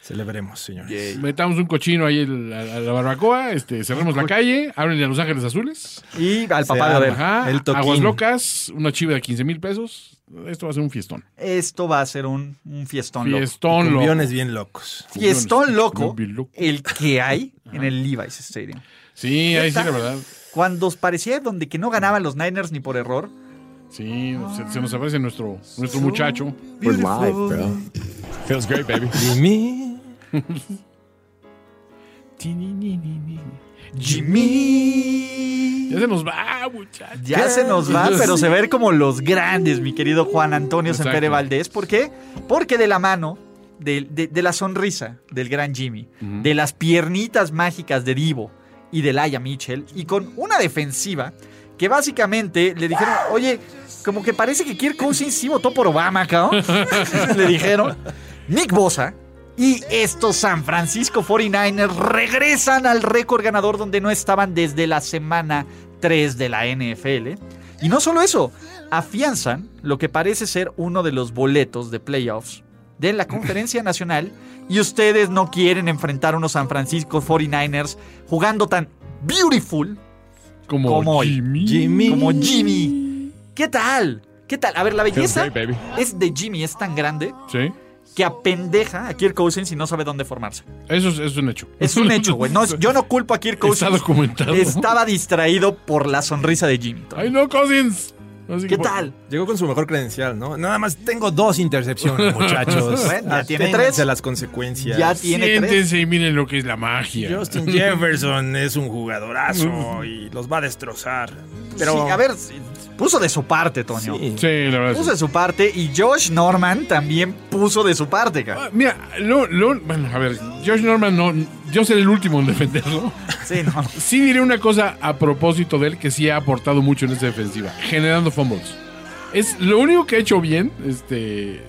C: Celebremos, señores.
E: Metamos un cochino ahí en la- a la barbacoa, este, cerremos la calle, ábrenle a Los Ángeles Azules.
B: Y al
C: Se
B: papá de
C: ama.
B: Abel.
E: Ajá,
C: el toquín.
E: Ah, aguas locas, una chiva de 15 mil pesos. Esto va a ser un fiestón.
B: Esto va a ser un, un fiestón loco.
E: Fiestón loco.
C: Cumbiones bien locos.
B: Fiestón loco
E: Cumbiones loco.
B: el que hay en el Levi's Stadium.
E: Sí, ahí sí, la
B: tal?
E: verdad.
B: Cuando parecía donde que no ganaban los Niners ni por error,
E: Sí, se, se nos aparece nuestro, nuestro muchacho.
L: We're live, bro. Feels great, baby.
C: Jimmy.
B: Jimmy.
E: Ya se nos va, muchacho.
B: Ya se nos va, pero se ver como los grandes, mi querido Juan Antonio
E: Exacto.
B: Sempere Valdés. ¿Por qué? Porque de la mano, de, de- de la sonrisa del gran Jimmy, de las piernitas mágicas de Divo y de Laia Mitchell, y con una defensiva que básicamente le dijeron, oye, como que parece que Kirk Cousins sí votó por Obama, cabrón. le dijeron. Nick Bosa y estos San Francisco 49ers regresan al récord ganador donde no estaban desde la semana 3 de la NFL. Y no solo eso, afianzan lo que parece ser uno de los boletos de playoffs de la Conferencia Nacional y ustedes no quieren enfrentar a unos San Francisco 49ers jugando tan beautiful
E: Como,
B: como hoy.
E: Jimmy.
C: Jimmy.
B: como Jimmy. ¿Qué tal? ¿Qué tal? A ver, la
L: Feels
B: belleza
L: great, baby.
B: es de Jimmy, es tan grande
E: Sí,
B: que apendeja a Kirk Cousins y no sabe dónde formarse.
E: eso es, eso es un hecho.
B: Es un hecho, güey. No, yo no culpo a Kirk
E: Está
B: Cousins.
E: documentado.
B: Estaba distraído por la sonrisa de Jimmy.
E: Ay, no, Cousins. Así
B: ¿Qué
E: que-
B: tal?
C: Llegó con su mejor credencial, ¿no? Nada más tengo dos intercepciones, muchachos.
B: Bueno, ya tiene
C: Absténganse
B: tres.
C: a las consecuencias.
B: Ya tiene tres.
E: Siéntense y miren lo que es la magia.
C: Justin Jefferson es un jugadorazo y los va a destrozar. Pero
B: Sí, a ver, puso de su parte, Toño.
C: Sí.
E: Sí, la verdad.
B: Puso de su parte y Josh Norman también puso de su parte, cara.
E: Ah, Mira, lo, lo- bueno, a ver, Josh Norman no, yo seré el último en defenderlo.
B: Sí, no.
E: Sí diré una cosa a propósito de él que sí ha aportado mucho en esta defensiva, generando fumbles. Es lo único que ha hecho bien, este,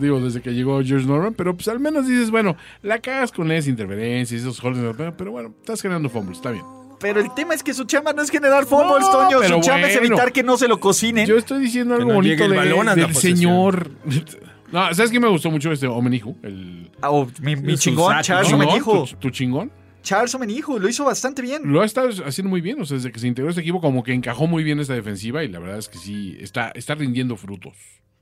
E: digo, desde que llegó George Norman, pero pues al menos dices, bueno, la cagas con esas interferencias, esos holdings, pero bueno, estás generando fumbles, está bien.
B: Pero el tema es que su chamba no es generar fumbles,
E: No,
B: Toño. Su
E: pero
B: chamba es
E: bueno.
B: evitar que no se lo cocinen.
E: Yo estoy diciendo
C: Que
E: algo
C: no llegue
E: bonito
C: el
E: de-
C: balón a la
E: del
C: posesión.
E: señor. No, ¿sabes qué me gustó mucho este Omenihu? El,
B: Ah, oh, mi, mi
C: Es un
B: chingón,
C: saco,
B: Charles
E: ¿no? Pues-
B: Omenijo.
E: ¿Tu- tu chingón.
B: Charles Omenijo lo hizo bastante bien.
E: Lo ha estado haciendo muy bien, o sea, desde que se integró este equipo, como que encajó muy bien esta defensiva y la verdad es que sí, está, está rindiendo frutos.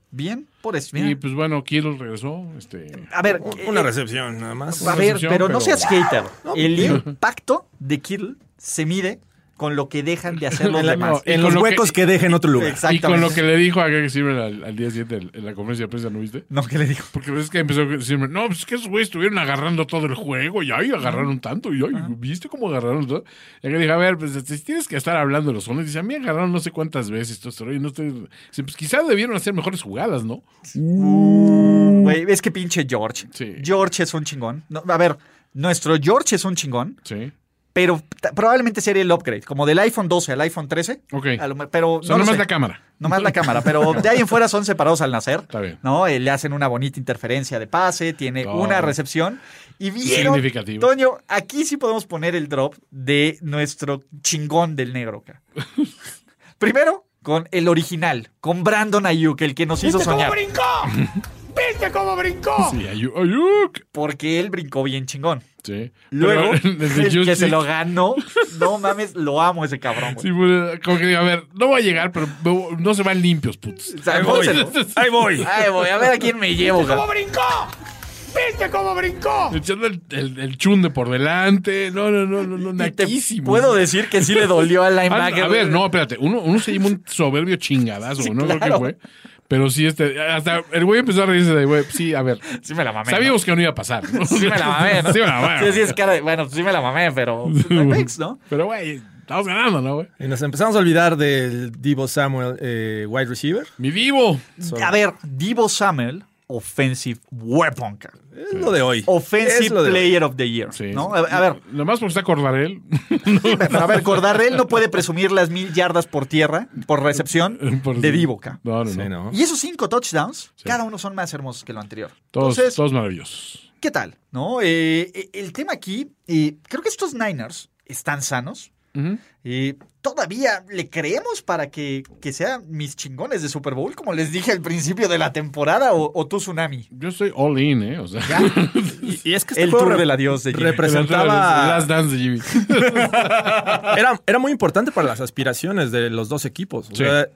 B: Bien, por eso.
E: Y
B: mira.
E: pues bueno, Kittle regresó. Este,
B: A ver,
C: una
B: eh,
C: recepción nada más.
B: A ver,
E: recepción,
B: pero no
E: pero-
B: seas hater. El impacto de Kittle se mide con lo que dejan de hacer los
C: En, la-
B: demás.
C: en
E: Y con
C: los
E: lo
C: huecos que,
E: que-
C: deje en otro lugar.
E: y con lo
B: Exactamente.
E: que le dijo a Greg Silver al, al día siguiente en- en la conferencia de prensa, ¿no viste?
B: No, ¿qué le dijo?
E: Porque pues, es que empezó Silver, no, pues es que esos güeyes estuvieron agarrando todo el juego y ahí agarraron tanto y ahí, ¿viste cómo agarraron todo? Y que dije, a ver, pues si tienes que estar hablando de los hombres, dice, a mí agarraron no sé cuántas veces, todo esto, y no estoy... Dice, pues quizás debieron hacer mejores jugadas, ¿no?
B: Güey, es que pinche George.
E: Sí.
B: George es un chingón. No, a ver, nuestro George es un chingón,
E: Sí.
B: pero t- probablemente sería el upgrade, como del iPhone 12 al iPhone 13.
E: Ok.
B: A lo me- pero
E: O sea,
B: no lo
E: nomás
B: sé.
E: la cámara.
B: Nomás la cámara, pero de ahí en fuera son separados al nacer.
E: Está bien.
B: ¿No? Eh, le hacen una bonita interferencia de pase, tiene
E: No.
B: una recepción. Y vieron.
E: Significativo.
B: Toño, aquí sí podemos poner el drop de nuestro chingón del negro. ca. Primero, con el original, con Brandon Ayuk, el que nos hizo soñar.
N: ¿Viste cómo brincó?
E: Sí, Ayuk. Ayuk.
B: Porque él brincó bien chingón.
E: Sí.
B: Luego,
E: Pero desde
B: el que
E: Justice-
B: se lo ganó, no mames, lo amo ese cabrón, güey.
E: Sí, bueno, como que digo, a ver, no voy a llegar, pero me voy- no se van limpios, putos.
B: sea, pónselo.
E: Ahí voy.
B: Ay, voy a ver a quién me llevo,
N: ¿Viste cómo
B: cabrón.
N: brincó? ¿Viste cómo
B: Ah.
N: brincó?
E: Echando el, el, el chunde por delante. No, no, no, no, no
B: Te
E: naquísimo.
B: puedo decir que sí le dolió a
E: Ah,
B: linebacker.
E: A ver, no, espérate. Uno, uno se lleva un soberbio chingadazo,
B: Sí,
E: ¿no? Creo que
B: claro.
E: fue. Pero sí, este. Hasta el güey empezó a reírse de, güey, sí, a ver.
B: Sí me la mamé.
E: Sabíamos que no iba a pasar. ¿no?
B: ¿no? Sí me la mamé, ¿no?
E: Sí me la mamé.
B: Sí, sí, es cara de- bueno, sí me la mamé, pero... Next, ¿no?
E: Pero, güey, estamos ganando, ¿no, güey?
C: Y nos empezamos a olvidar del Divo Samuel eh, wide receiver.
E: Mi vivo.
B: A ver, Divo Samuel, offensive weapon, cabrón.
C: Es lo de hoy.
B: Offensive
C: Es lo de-
B: Player of the Year. ¿no? A, a ver,
E: Nomás porque está Cordarel.
B: pero a ver, Cordarrelle no puede presumir las mil yardas por tierra, por recepción,
E: Por-
B: de Divoca.
E: No, no, no.
B: Y esos cinco touchdowns, cada uno son más hermosos que lo anterior.
E: Todos,
B: Entonces,
E: todos maravillosos.
B: ¿qué tal? ¿No? Eh, eh, el tema aquí, eh, creo que estos Niners están sanos. Eh, Todavía le creemos para que, que sean mis chingones de Super Bowl, como les dije al principio de la temporada, o, o tu tsunami.
E: Yo estoy all in, ¿eh? O sea.
C: Y, y es que este
B: El
C: juego
B: tour
C: re-
B: del adiós de Jimmy.
C: representaba.
E: Las dance de Jimmy.
C: era, era muy importante para las aspiraciones de los dos equipos. O sea,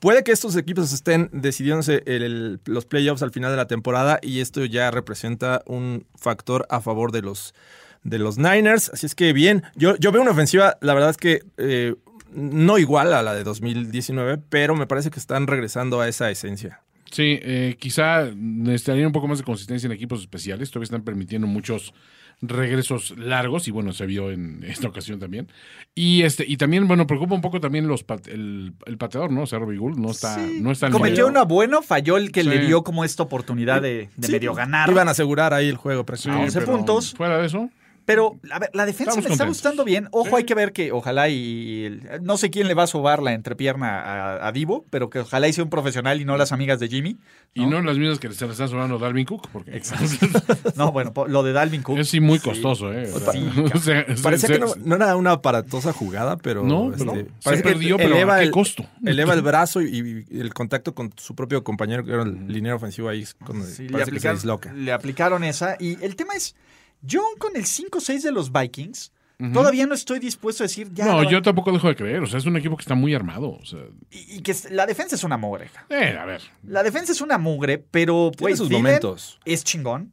C: puede que estos equipos estén decidiéndose el- el- los playoffs al final de la temporada y esto ya representa un factor a favor de los, de los Niners. Así es que bien, yo, yo veo una ofensiva, la verdad es que eh, no igual a la de 2019, pero me parece que están regresando a esa esencia.
E: Sí, eh, quizá necesitarían un poco más de consistencia en equipos especiales. Todavía están permitiendo muchos regresos largos y bueno, se vio en esta ocasión también. Y este y también, bueno, preocupa un poco también los pat- el, el pateador, ¿no? O sea, Robbie Gould no está, no está al
B: Cometió
E: nivel.
B: una buena, falló el que
E: Sí.
B: le dio como esta oportunidad de, de
C: Sí, pues,
B: medio ganar.
C: Iban a asegurar ahí el juego, pero
E: Sí,
C: no,
B: once
E: pero
B: puntos.
E: Fuera de eso.
B: Pero a ver, la defensa
E: Estamos
B: me está
E: contentos.
B: gustando bien. Ojo, hay que ver que ojalá y el- no sé quién le va a sobar la entrepierna a, a Divo, pero que ojalá y sea un profesional y no las amigas de Jimmy.
E: Y no las mismas que se le están sobrando a Dalvin Cook, porque
B: No, bueno, po- lo de Dalvin Cook.
E: es sí muy costoso, ¿eh? O sea,
B: Sí,
E: o sea, se-
C: Parecía
E: se-
C: que no, no era una aparatosa jugada, pero. este,
E: No, pero se perdió, pero ¿a qué costo?
C: Eleva el brazo y, y el contacto con su propio compañero, que era el liniero ofensivo ahí, es cuando
B: Sí, le
C: parece que se
B: aplicaron,
C: disloca.
B: le aplicaron esa. Y el tema es, yo con el 5-6 de los Vikings, todavía no estoy dispuesto a decir ya.
E: No,
B: lo-
E: yo tampoco dejo de creer. O sea, es un equipo que está muy armado. O sea,
B: y, y que es- la defensa es una mugre.
E: eh, a ver.
B: La defensa es una mugre, pero güey,
C: sus
B: Thielen
C: momentos.
B: es chingón.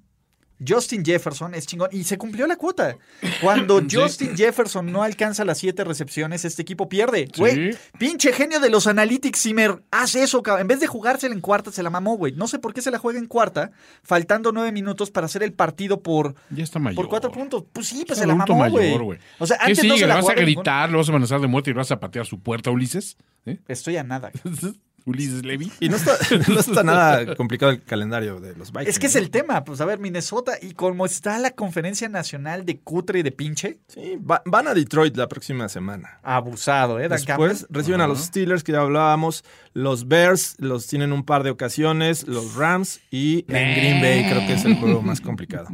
B: Justin Jefferson es chingón y se cumplió la cuota. Cuando Justin Jefferson no alcanza las siete recepciones, este equipo pierde. Güey, pinche genio de los analytics, Zimmer, haz eso, cabrón. En vez de jugársela en cuarta, se la mamó, güey. No sé por qué se la juega en cuarta, faltando nueve minutos para hacer el partido por,
E: Ya está mayor.
B: por cuatro puntos. Pues sí, pues
E: Es
B: se la
E: adulto
B: mamó,
E: mayor,
B: güey.
E: güey.
B: O sea,
E: ¿Qué
B: antes no
E: sigue?
B: se la
E: ¿Le vas a
B: jugaba ningún-
E: gritar, lo vas a amenazar de muerte y le vas a patear su puerta, Ulises? ¿Eh?
B: Estoy a nada. cabrón.
E: Ulises Levy.
C: Y no está, no está nada complicado el calendario de los Vikings.
B: Es que es el tema, pues a ver, Minnesota y como está la conferencia nacional de cutre y de pinche,
C: Sí, va- van a Detroit la próxima semana.
B: abusado, ¿eh? Dan
C: Después
B: Campbell?
C: reciben a los Steelers, que ya hablábamos. Los Bears los tienen un par de ocasiones. Los Rams y en Green Bay creo que es el juego más complicado.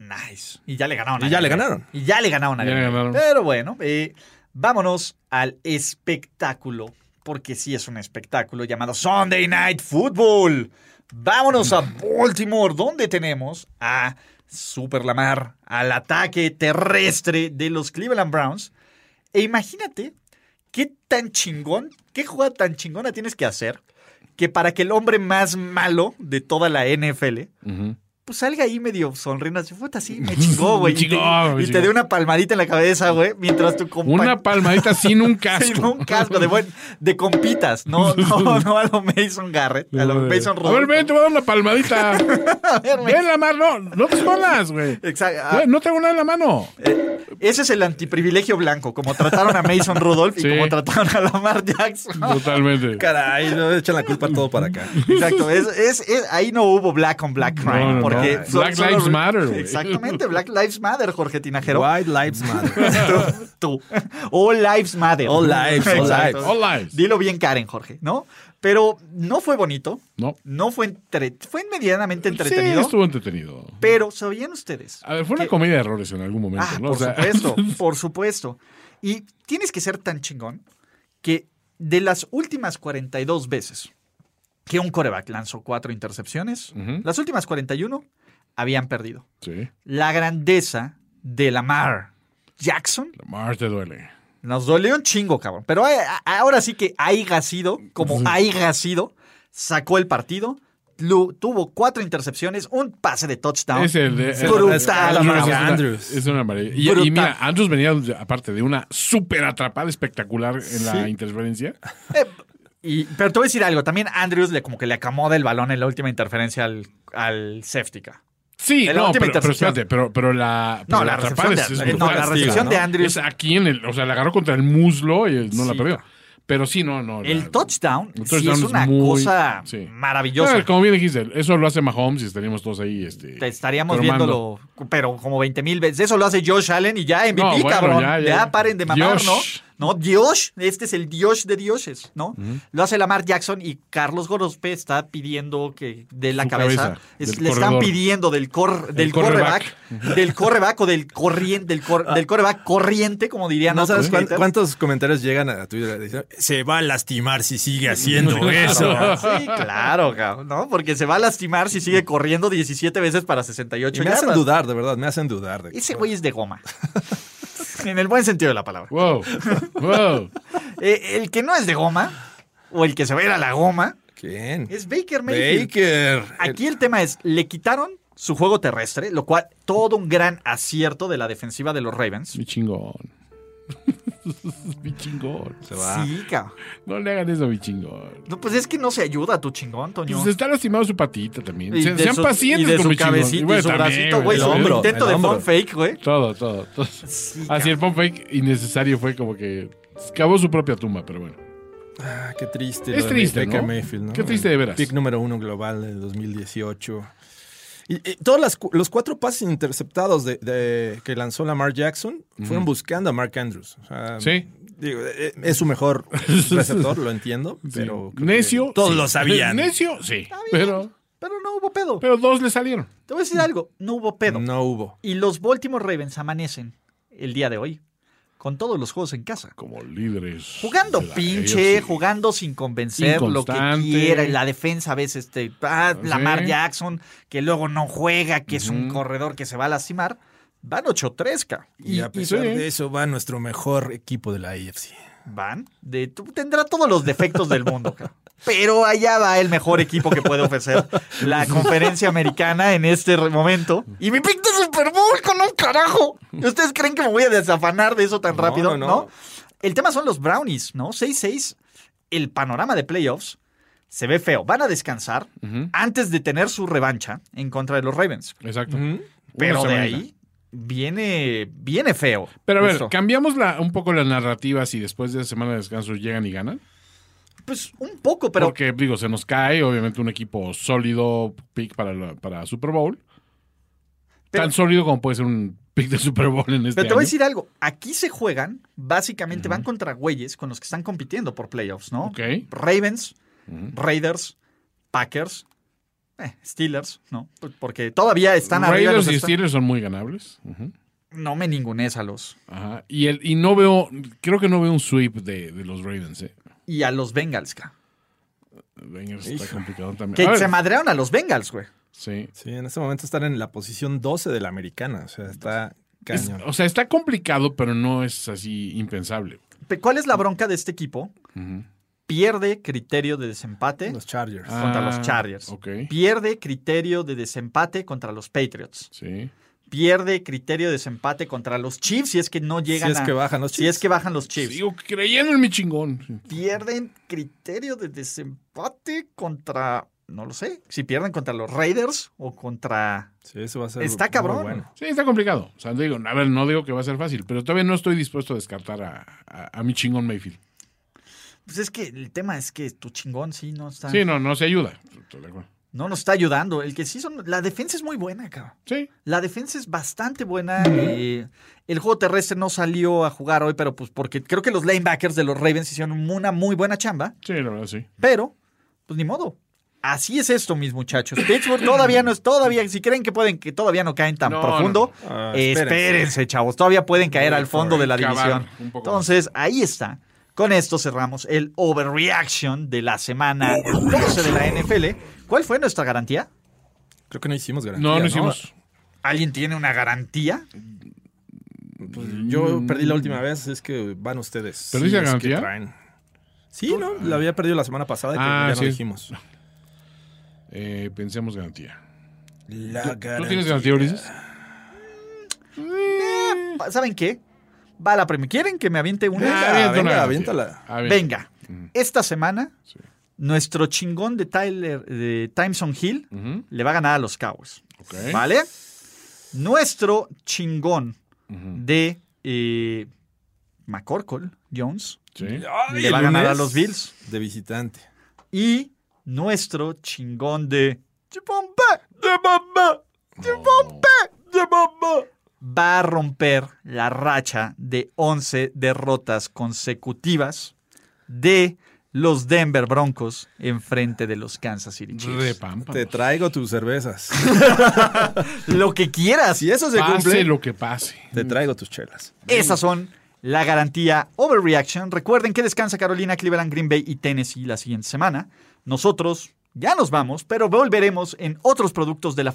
B: Nice. Y ya le ganaron. a
C: Y ya le
B: Green Bay.
C: ganaron.
B: Y ya le ganaron. a
E: Ya le
B: Green Bay.
E: ganaron.
B: Pero bueno, eh, vámonos al espectáculo, porque sí es un espectáculo llamado Sunday Night Football. Vámonos a
C: Mm.
B: Baltimore, donde tenemos a Super Lamar, al ataque terrestre de los Cleveland Browns. E imagínate qué tan chingón, qué jugada tan chingona tienes que hacer que para que el hombre más malo de toda la NFL pues salga ahí medio sonriendo así, puta, sí, me chingó, güey.
E: Me
B: Y te-
E: chingó, me
B: y te,
E: chingó.
B: dé una palmadita en la cabeza, güey, mientras tu compa...
E: Una palmadita sin un casco.
B: Sí, un casco de buen, de compitas, no, no, no a lo Mason Garrett, a lo Mason
E: A ver,
B: Rodgers.
E: ven, te voy a dar una palmadita.
B: A ver, güey.
E: ven, Lamar, no, no te escondas, güey.
B: Exacto. Ah, Eh,
E: Güey, No tengo nada en la mano.
B: ese es el antiprivilegio blanco, como trataron a Mason Rudolph
E: Sí.
B: y como trataron a Lamar Jackson.
E: Totalmente.
C: Caray, no echan la culpa todo para acá.
B: Exacto, es, es, es- ahí no hubo black on black crime.
E: No, no,
B: porque
E: no. Black Lives Matter, güey.
B: Exactamente, Black Lives Matter, Jorge Tinajero.
C: White Lives Matter.
B: Tú. All lives matter.
C: All lives, all
B: Exacto.
C: lives.
E: All lives.
B: Dilo bien Karen, Jorge, ¿no? Pero no fue bonito,
E: No.
B: no fue entre... fue medianamente
E: Sí,
B: entretenido,
E: estuvo entretenido.
B: pero ¿sabían ustedes?
E: A ver, fue una
B: que-
E: comedia de errores en algún momento,
B: Ah,
E: ¿no? O
B: por
E: sea,
B: supuesto, por supuesto. Y tienes que ser tan chingón que de las últimas 42 veces que un coreback lanzó cuatro intercepciones. Las últimas 41 habían perdido.
E: Sí.
B: La grandeza de Lamar Jackson
E: Lamar te duele.
B: nos dolió un chingo, cabrón. Pero eh, a- ahora sí que haya sido, como
E: Sí.
B: haya sido, sacó el partido. lu- tuvo cuatro intercepciones, un pase de touchdown.
E: Es el de es-
B: brutal,
E: es- Andrews, es
B: cabrón.
E: una- Es una maravilla. Y- Y,
B: Brutal.
E: mira, Andrews venía de- aparte de una súper atrapada espectacular en la
B: Sí.
E: interferencia.
B: Y- pero te voy a decir algo, también Andrews le como que le acomoda el balón en la última interferencia al, al safety. ca.
E: Sí,
B: En la
E: no,
B: última
E: pero, pero
B: intercepción.
E: espérate, pero, pero la,
B: No,
E: pero
B: la
E: atrapada
B: recepción de- no, la
E: brutal.
B: recepción de
E: ¿no?
B: Andrews-
E: Es aquí en el, o sea, la agarró contra el muslo y el- no la
B: Sí.
E: perdió. Pero sí, no, no. la-
B: El touchdown,
E: el
B: sí es
E: touchdown
B: una
E: muy-
B: cosa
E: sí.
B: maravillosa.
E: Ah, como bien dijiste, eso lo hace Mahomes y estaríamos todos ahí. Este,
B: Te estaríamos
E: cromando.
B: viéndolo, pero como 20 mil veces. Eso lo hace Josh Allen y ya MVP,
E: No, bueno,
B: cabrón.
E: ya,
B: Ya,
E: ya.
B: paren de mamar,
E: Dios.
B: ¿no? No, Dios, este es el Dios de dioses, ¿no? Lo hace Lamar Jackson y Carlos Gorospe está pidiendo que de la
E: Su
B: cabeza,
E: cabeza,
B: es-
E: del
B: le están
E: corredor.
B: pidiendo del cor, del
E: cornerback.
B: correback, del correback o del corriente, del, cor- del correback corriente, como dirían
C: Ah. No sabes
B: otros
C: cuán-
B: haters.
C: cuántos comentarios llegan a Twitter. Dicen, Se va a lastimar si sigue haciendo
B: Claro,
C: eso.
B: Sí, claro, cabrón, ¿no? Porque se va a lastimar si sigue corriendo 17 veces para 68
C: Y me hacen
B: yardas.
C: dudar, de verdad, me hacen dudar. de-
B: Ese güey es de goma. en el buen sentido de la palabra.
E: Wow. Wow.
B: Eh, el que no es de goma, o el que se va a ir a la goma,
C: ¿Quién?
B: es Baker Mayfield.
C: Baker.
B: Aquí el tema es, le quitaron su juego terrestre, lo cual todo un gran acierto de la defensiva de los Ravens.
E: Mi chingón. mi chingón.
C: Se va.
B: Sí, cabrón.
E: No le hagan eso a mi chingón.
B: No, pues es que no se ayuda tu chingón, Toño.
E: Pues está lastimado su patita también.
B: Y
E: Se-
B: de
E: sean
B: su-
E: pacientes
B: y de
E: con
B: su
E: mi chingón.
B: cabecita y
E: bueno,
B: su
E: también,
B: bracito, güey,
E: el
B: su
E: hombro,
B: intento
E: el
B: de
E: hombro.
B: pump fake, güey.
E: Todo, todo. todo. Así el pump fake innecesario fue como que cavó su propia tumba, pero bueno.
C: Ah, qué triste.
E: Es
C: lo de
E: triste,
C: Baker
E: ¿no?
C: Mayfield, ¿no?
E: Qué triste de veras.
C: Pick número uno global del 2018. Y, y todos las cu- los cuatro pases interceptados de, de- que lanzó Lamar Jackson fueron
E: Ujú.
C: buscando a Mark Andrews. O sea,
E: Mm. Sí.
C: digo, eh, es su mejor receptor, lo entiendo, pero... creo que
E: Necio.
C: Todos
E: sí.
C: lo sabían.
E: Necio, sí.
B: bien.
E: Pero,
B: Pero no hubo pedo.
E: pero dos le salieron.
B: Te voy a decir algo, no hubo pedo.
C: No hubo.
B: Y los Baltimore Ravens amanecen el día de hoy con todos los juegos en casa.
E: Como líderes.
B: Jugando
E: de la
B: pinche,
E: AFC.
B: jugando sin convencer, lo que
E: Inconstante.
B: quiera. y La defensa a veces te. Ah,
E: Sí.
B: Lamar Jackson, que luego no juega, que es un corredor que se va a lastimar. Van 8-3, ca.
C: Y, a pesar
B: sí,
C: de eso va nuestro mejor equipo de la AFC.
B: Van. De, tú- tendrá todos los defectos del mundo, ca. Pero allá va el mejor equipo que puede ofrecer la conferencia americana en este re- momento. Y mi pick de Super Bowl con un carajo. ¿Ustedes creen que me voy a desafanar de eso tan
C: No,
B: rápido?
C: no, no.
B: ¿No? El tema son los brownies, ¿no? 6-6. El panorama de playoffs se ve feo. Van a descansar
E: Ujú.
B: antes de tener su revancha en contra de los Ravens.
E: Exacto.
B: Pero
E: Una
B: de
E: semana.
B: ahí viene, viene feo.
E: Pero a ver,
B: esto.
E: cambiamos la, un poco las narrativas y después de esa semana de descanso llegan y ganan.
B: pues un poco, pero
E: Porque, digo, se nos cae, obviamente, un equipo sólido, pick para, la- para Super Bowl.
B: Pero-
E: Tan sólido como puede ser un pick de Super Bowl en este
B: Pero te voy a
E: año.
B: decir algo. Aquí se juegan, básicamente van contra güeyes con los que están compitiendo por playoffs, ¿no?
E: Ok.
B: Ravens, Raiders, Packers, eh, Steelers, ¿no? P- Porque todavía están arriba.
E: Raiders
B: los
E: y
B: está-
E: Steelers son muy ganables. Ujú.
B: No me ningunes a los.
E: Ajá. Y, el, y no veo, creo que no veo un sweep de, de los Ravens. Eh.
B: Y a los Bengals, ca.
E: Bengals
C: Hijo.
E: está complicado también. A
B: Que
E: ver,
B: se madrearon a los Bengals, güey.
E: sí.
C: Sí, en este momento están en la posición 12 de la americana. O sea, está
E: Es-
C: cañón.
E: o sea, está complicado, pero no es así impensable.
B: Pe- ¿Cuál es la bronca de este equipo?
E: Ujú.
B: Pierde criterio de desempate
C: Los Chargers.
B: contra
E: Ah,
B: los Chargers.
E: Ok.
B: Pierde criterio de desempate contra los Patriots.
E: Sí.
B: Pierde criterio de desempate contra los Chiefs si es que no llegan
C: si es
B: a-
C: que bajan los
B: Si es que bajan los Chiefs.
E: Sigo creyendo en mi chingón.
B: Pierden criterio de desempate contra. No lo sé. Si pierden contra los Raiders o contra.
C: Sí, eso va a ser
B: Está
C: muy
B: cabrón.
C: bueno.
E: Sí, está complicado. O sea, digo, a ver, no digo que va a ser fácil, pero todavía no estoy dispuesto a descartar a, a- a mi chingón Mayfield.
B: Pues es que el tema es que tu chingón sí no está.
E: Sí, no, no se ayuda. Estoy de acuerdo.
B: No nos está ayudando. El que sí son. La defensa es muy buena, cabrón.
E: Sí.
B: La defensa es bastante buena. eh, el juego terrestre no salió a jugar hoy, pero pues porque creo que los linebackers de los Ravens hicieron una muy buena chamba.
E: Sí, la verdad, sí.
B: Pero, pues ni modo. Así es esto, mis muchachos. Pittsburgh todavía no es, todavía, si creen que pueden, que todavía no caen tan
E: No,
B: profundo,
C: no. Ah,
B: eh,
C: espérense.
B: espérense, chavos. Todavía pueden caer al fondo de la
E: Cavar
B: división.
E: un poco más.
B: Entonces, ahí está. Con esto cerramos el overreaction de la semana 12 de la NFL. ¿Cuál fue nuestra garantía?
C: Creo que no hicimos garantía.
E: No, no hicimos.
B: ¿Alguien tiene una garantía?
C: Pues yo perdí la última vez, es que van ustedes.
E: Mm. ¿Perdiste la
C: es que
E: garantía?
C: traen. Sí, no, la había perdido la semana pasada y creo que
E: Ah,
C: ya
E: sí.
C: no dijimos.
E: Eh, pensemos garantía.
C: La
E: ¿Tú, tú tienes garantía, Ulises?
C: Ah,
B: Eh,
E: Mm.
B: ¿Saben qué? Va la premia. ¿Quieren que me aviente una?
C: Venga,
E: avienta una
C: venga,
E: garantía.
C: aviéntala.
E: Avienta.
B: Venga, esta semana, nuestro chingón de Tyler, de Timeson Hill, le va a ganar a los Cowboys.
E: Ok.
B: ¿Vale? Nuestro chingón de eh, McCorkle, Jones,
E: Sí.
C: Ay,
B: le va a
C: el
B: ganar a
C: lunes
B: los Bills.
C: De visitante.
B: Y nuestro chingón de Chipompe
C: ¡De mamá! ¡De mamá!
B: va a romper la racha de 11 derrotas consecutivas de los Denver Broncos en frente de los Kansas City
E: De
B: Chiefs.
E: pampa.
C: Te traigo tus cervezas.
B: Lo que quieras.
C: Si eso se
E: Pase
C: cumple,
E: lo que pase.
C: te traigo tus chelas.
B: Esas son la garantía Overreaction. Recuerden que descansa Carolina, Cleveland, Green Bay y Tennessee la siguiente semana. Nosotros ya nos vamos, pero volveremos en otros productos de la,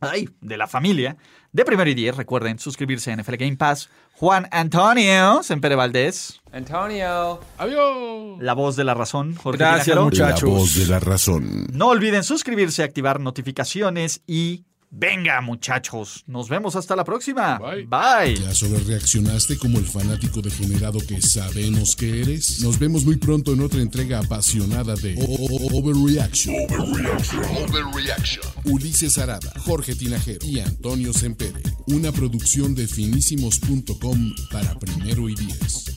B: ay, de la familia. De primero y diez, recuerden suscribirse a NFL Game Pass. Juan Antonio Sempere Valdés,
O: Antonio.
E: Adiós.
B: la voz de la razón. Jorge
C: Gracias,
B: Tinajero.
C: muchachos.
A: La voz de la razón.
B: No olviden suscribirse, activar notificaciones y venga muchachos. Nos vemos hasta la próxima.
E: Bye.
B: Bye.
A: ¿Ya sobre reaccionaste como el fanático degenerado que sabemos que eres? Nos vemos muy pronto en otra entrega apasionada de O- O- O- Overreaction. Ulises Arada, Jorge Tinajero y Antonio Sempere. Una producción de finísimos.com para primero y diez.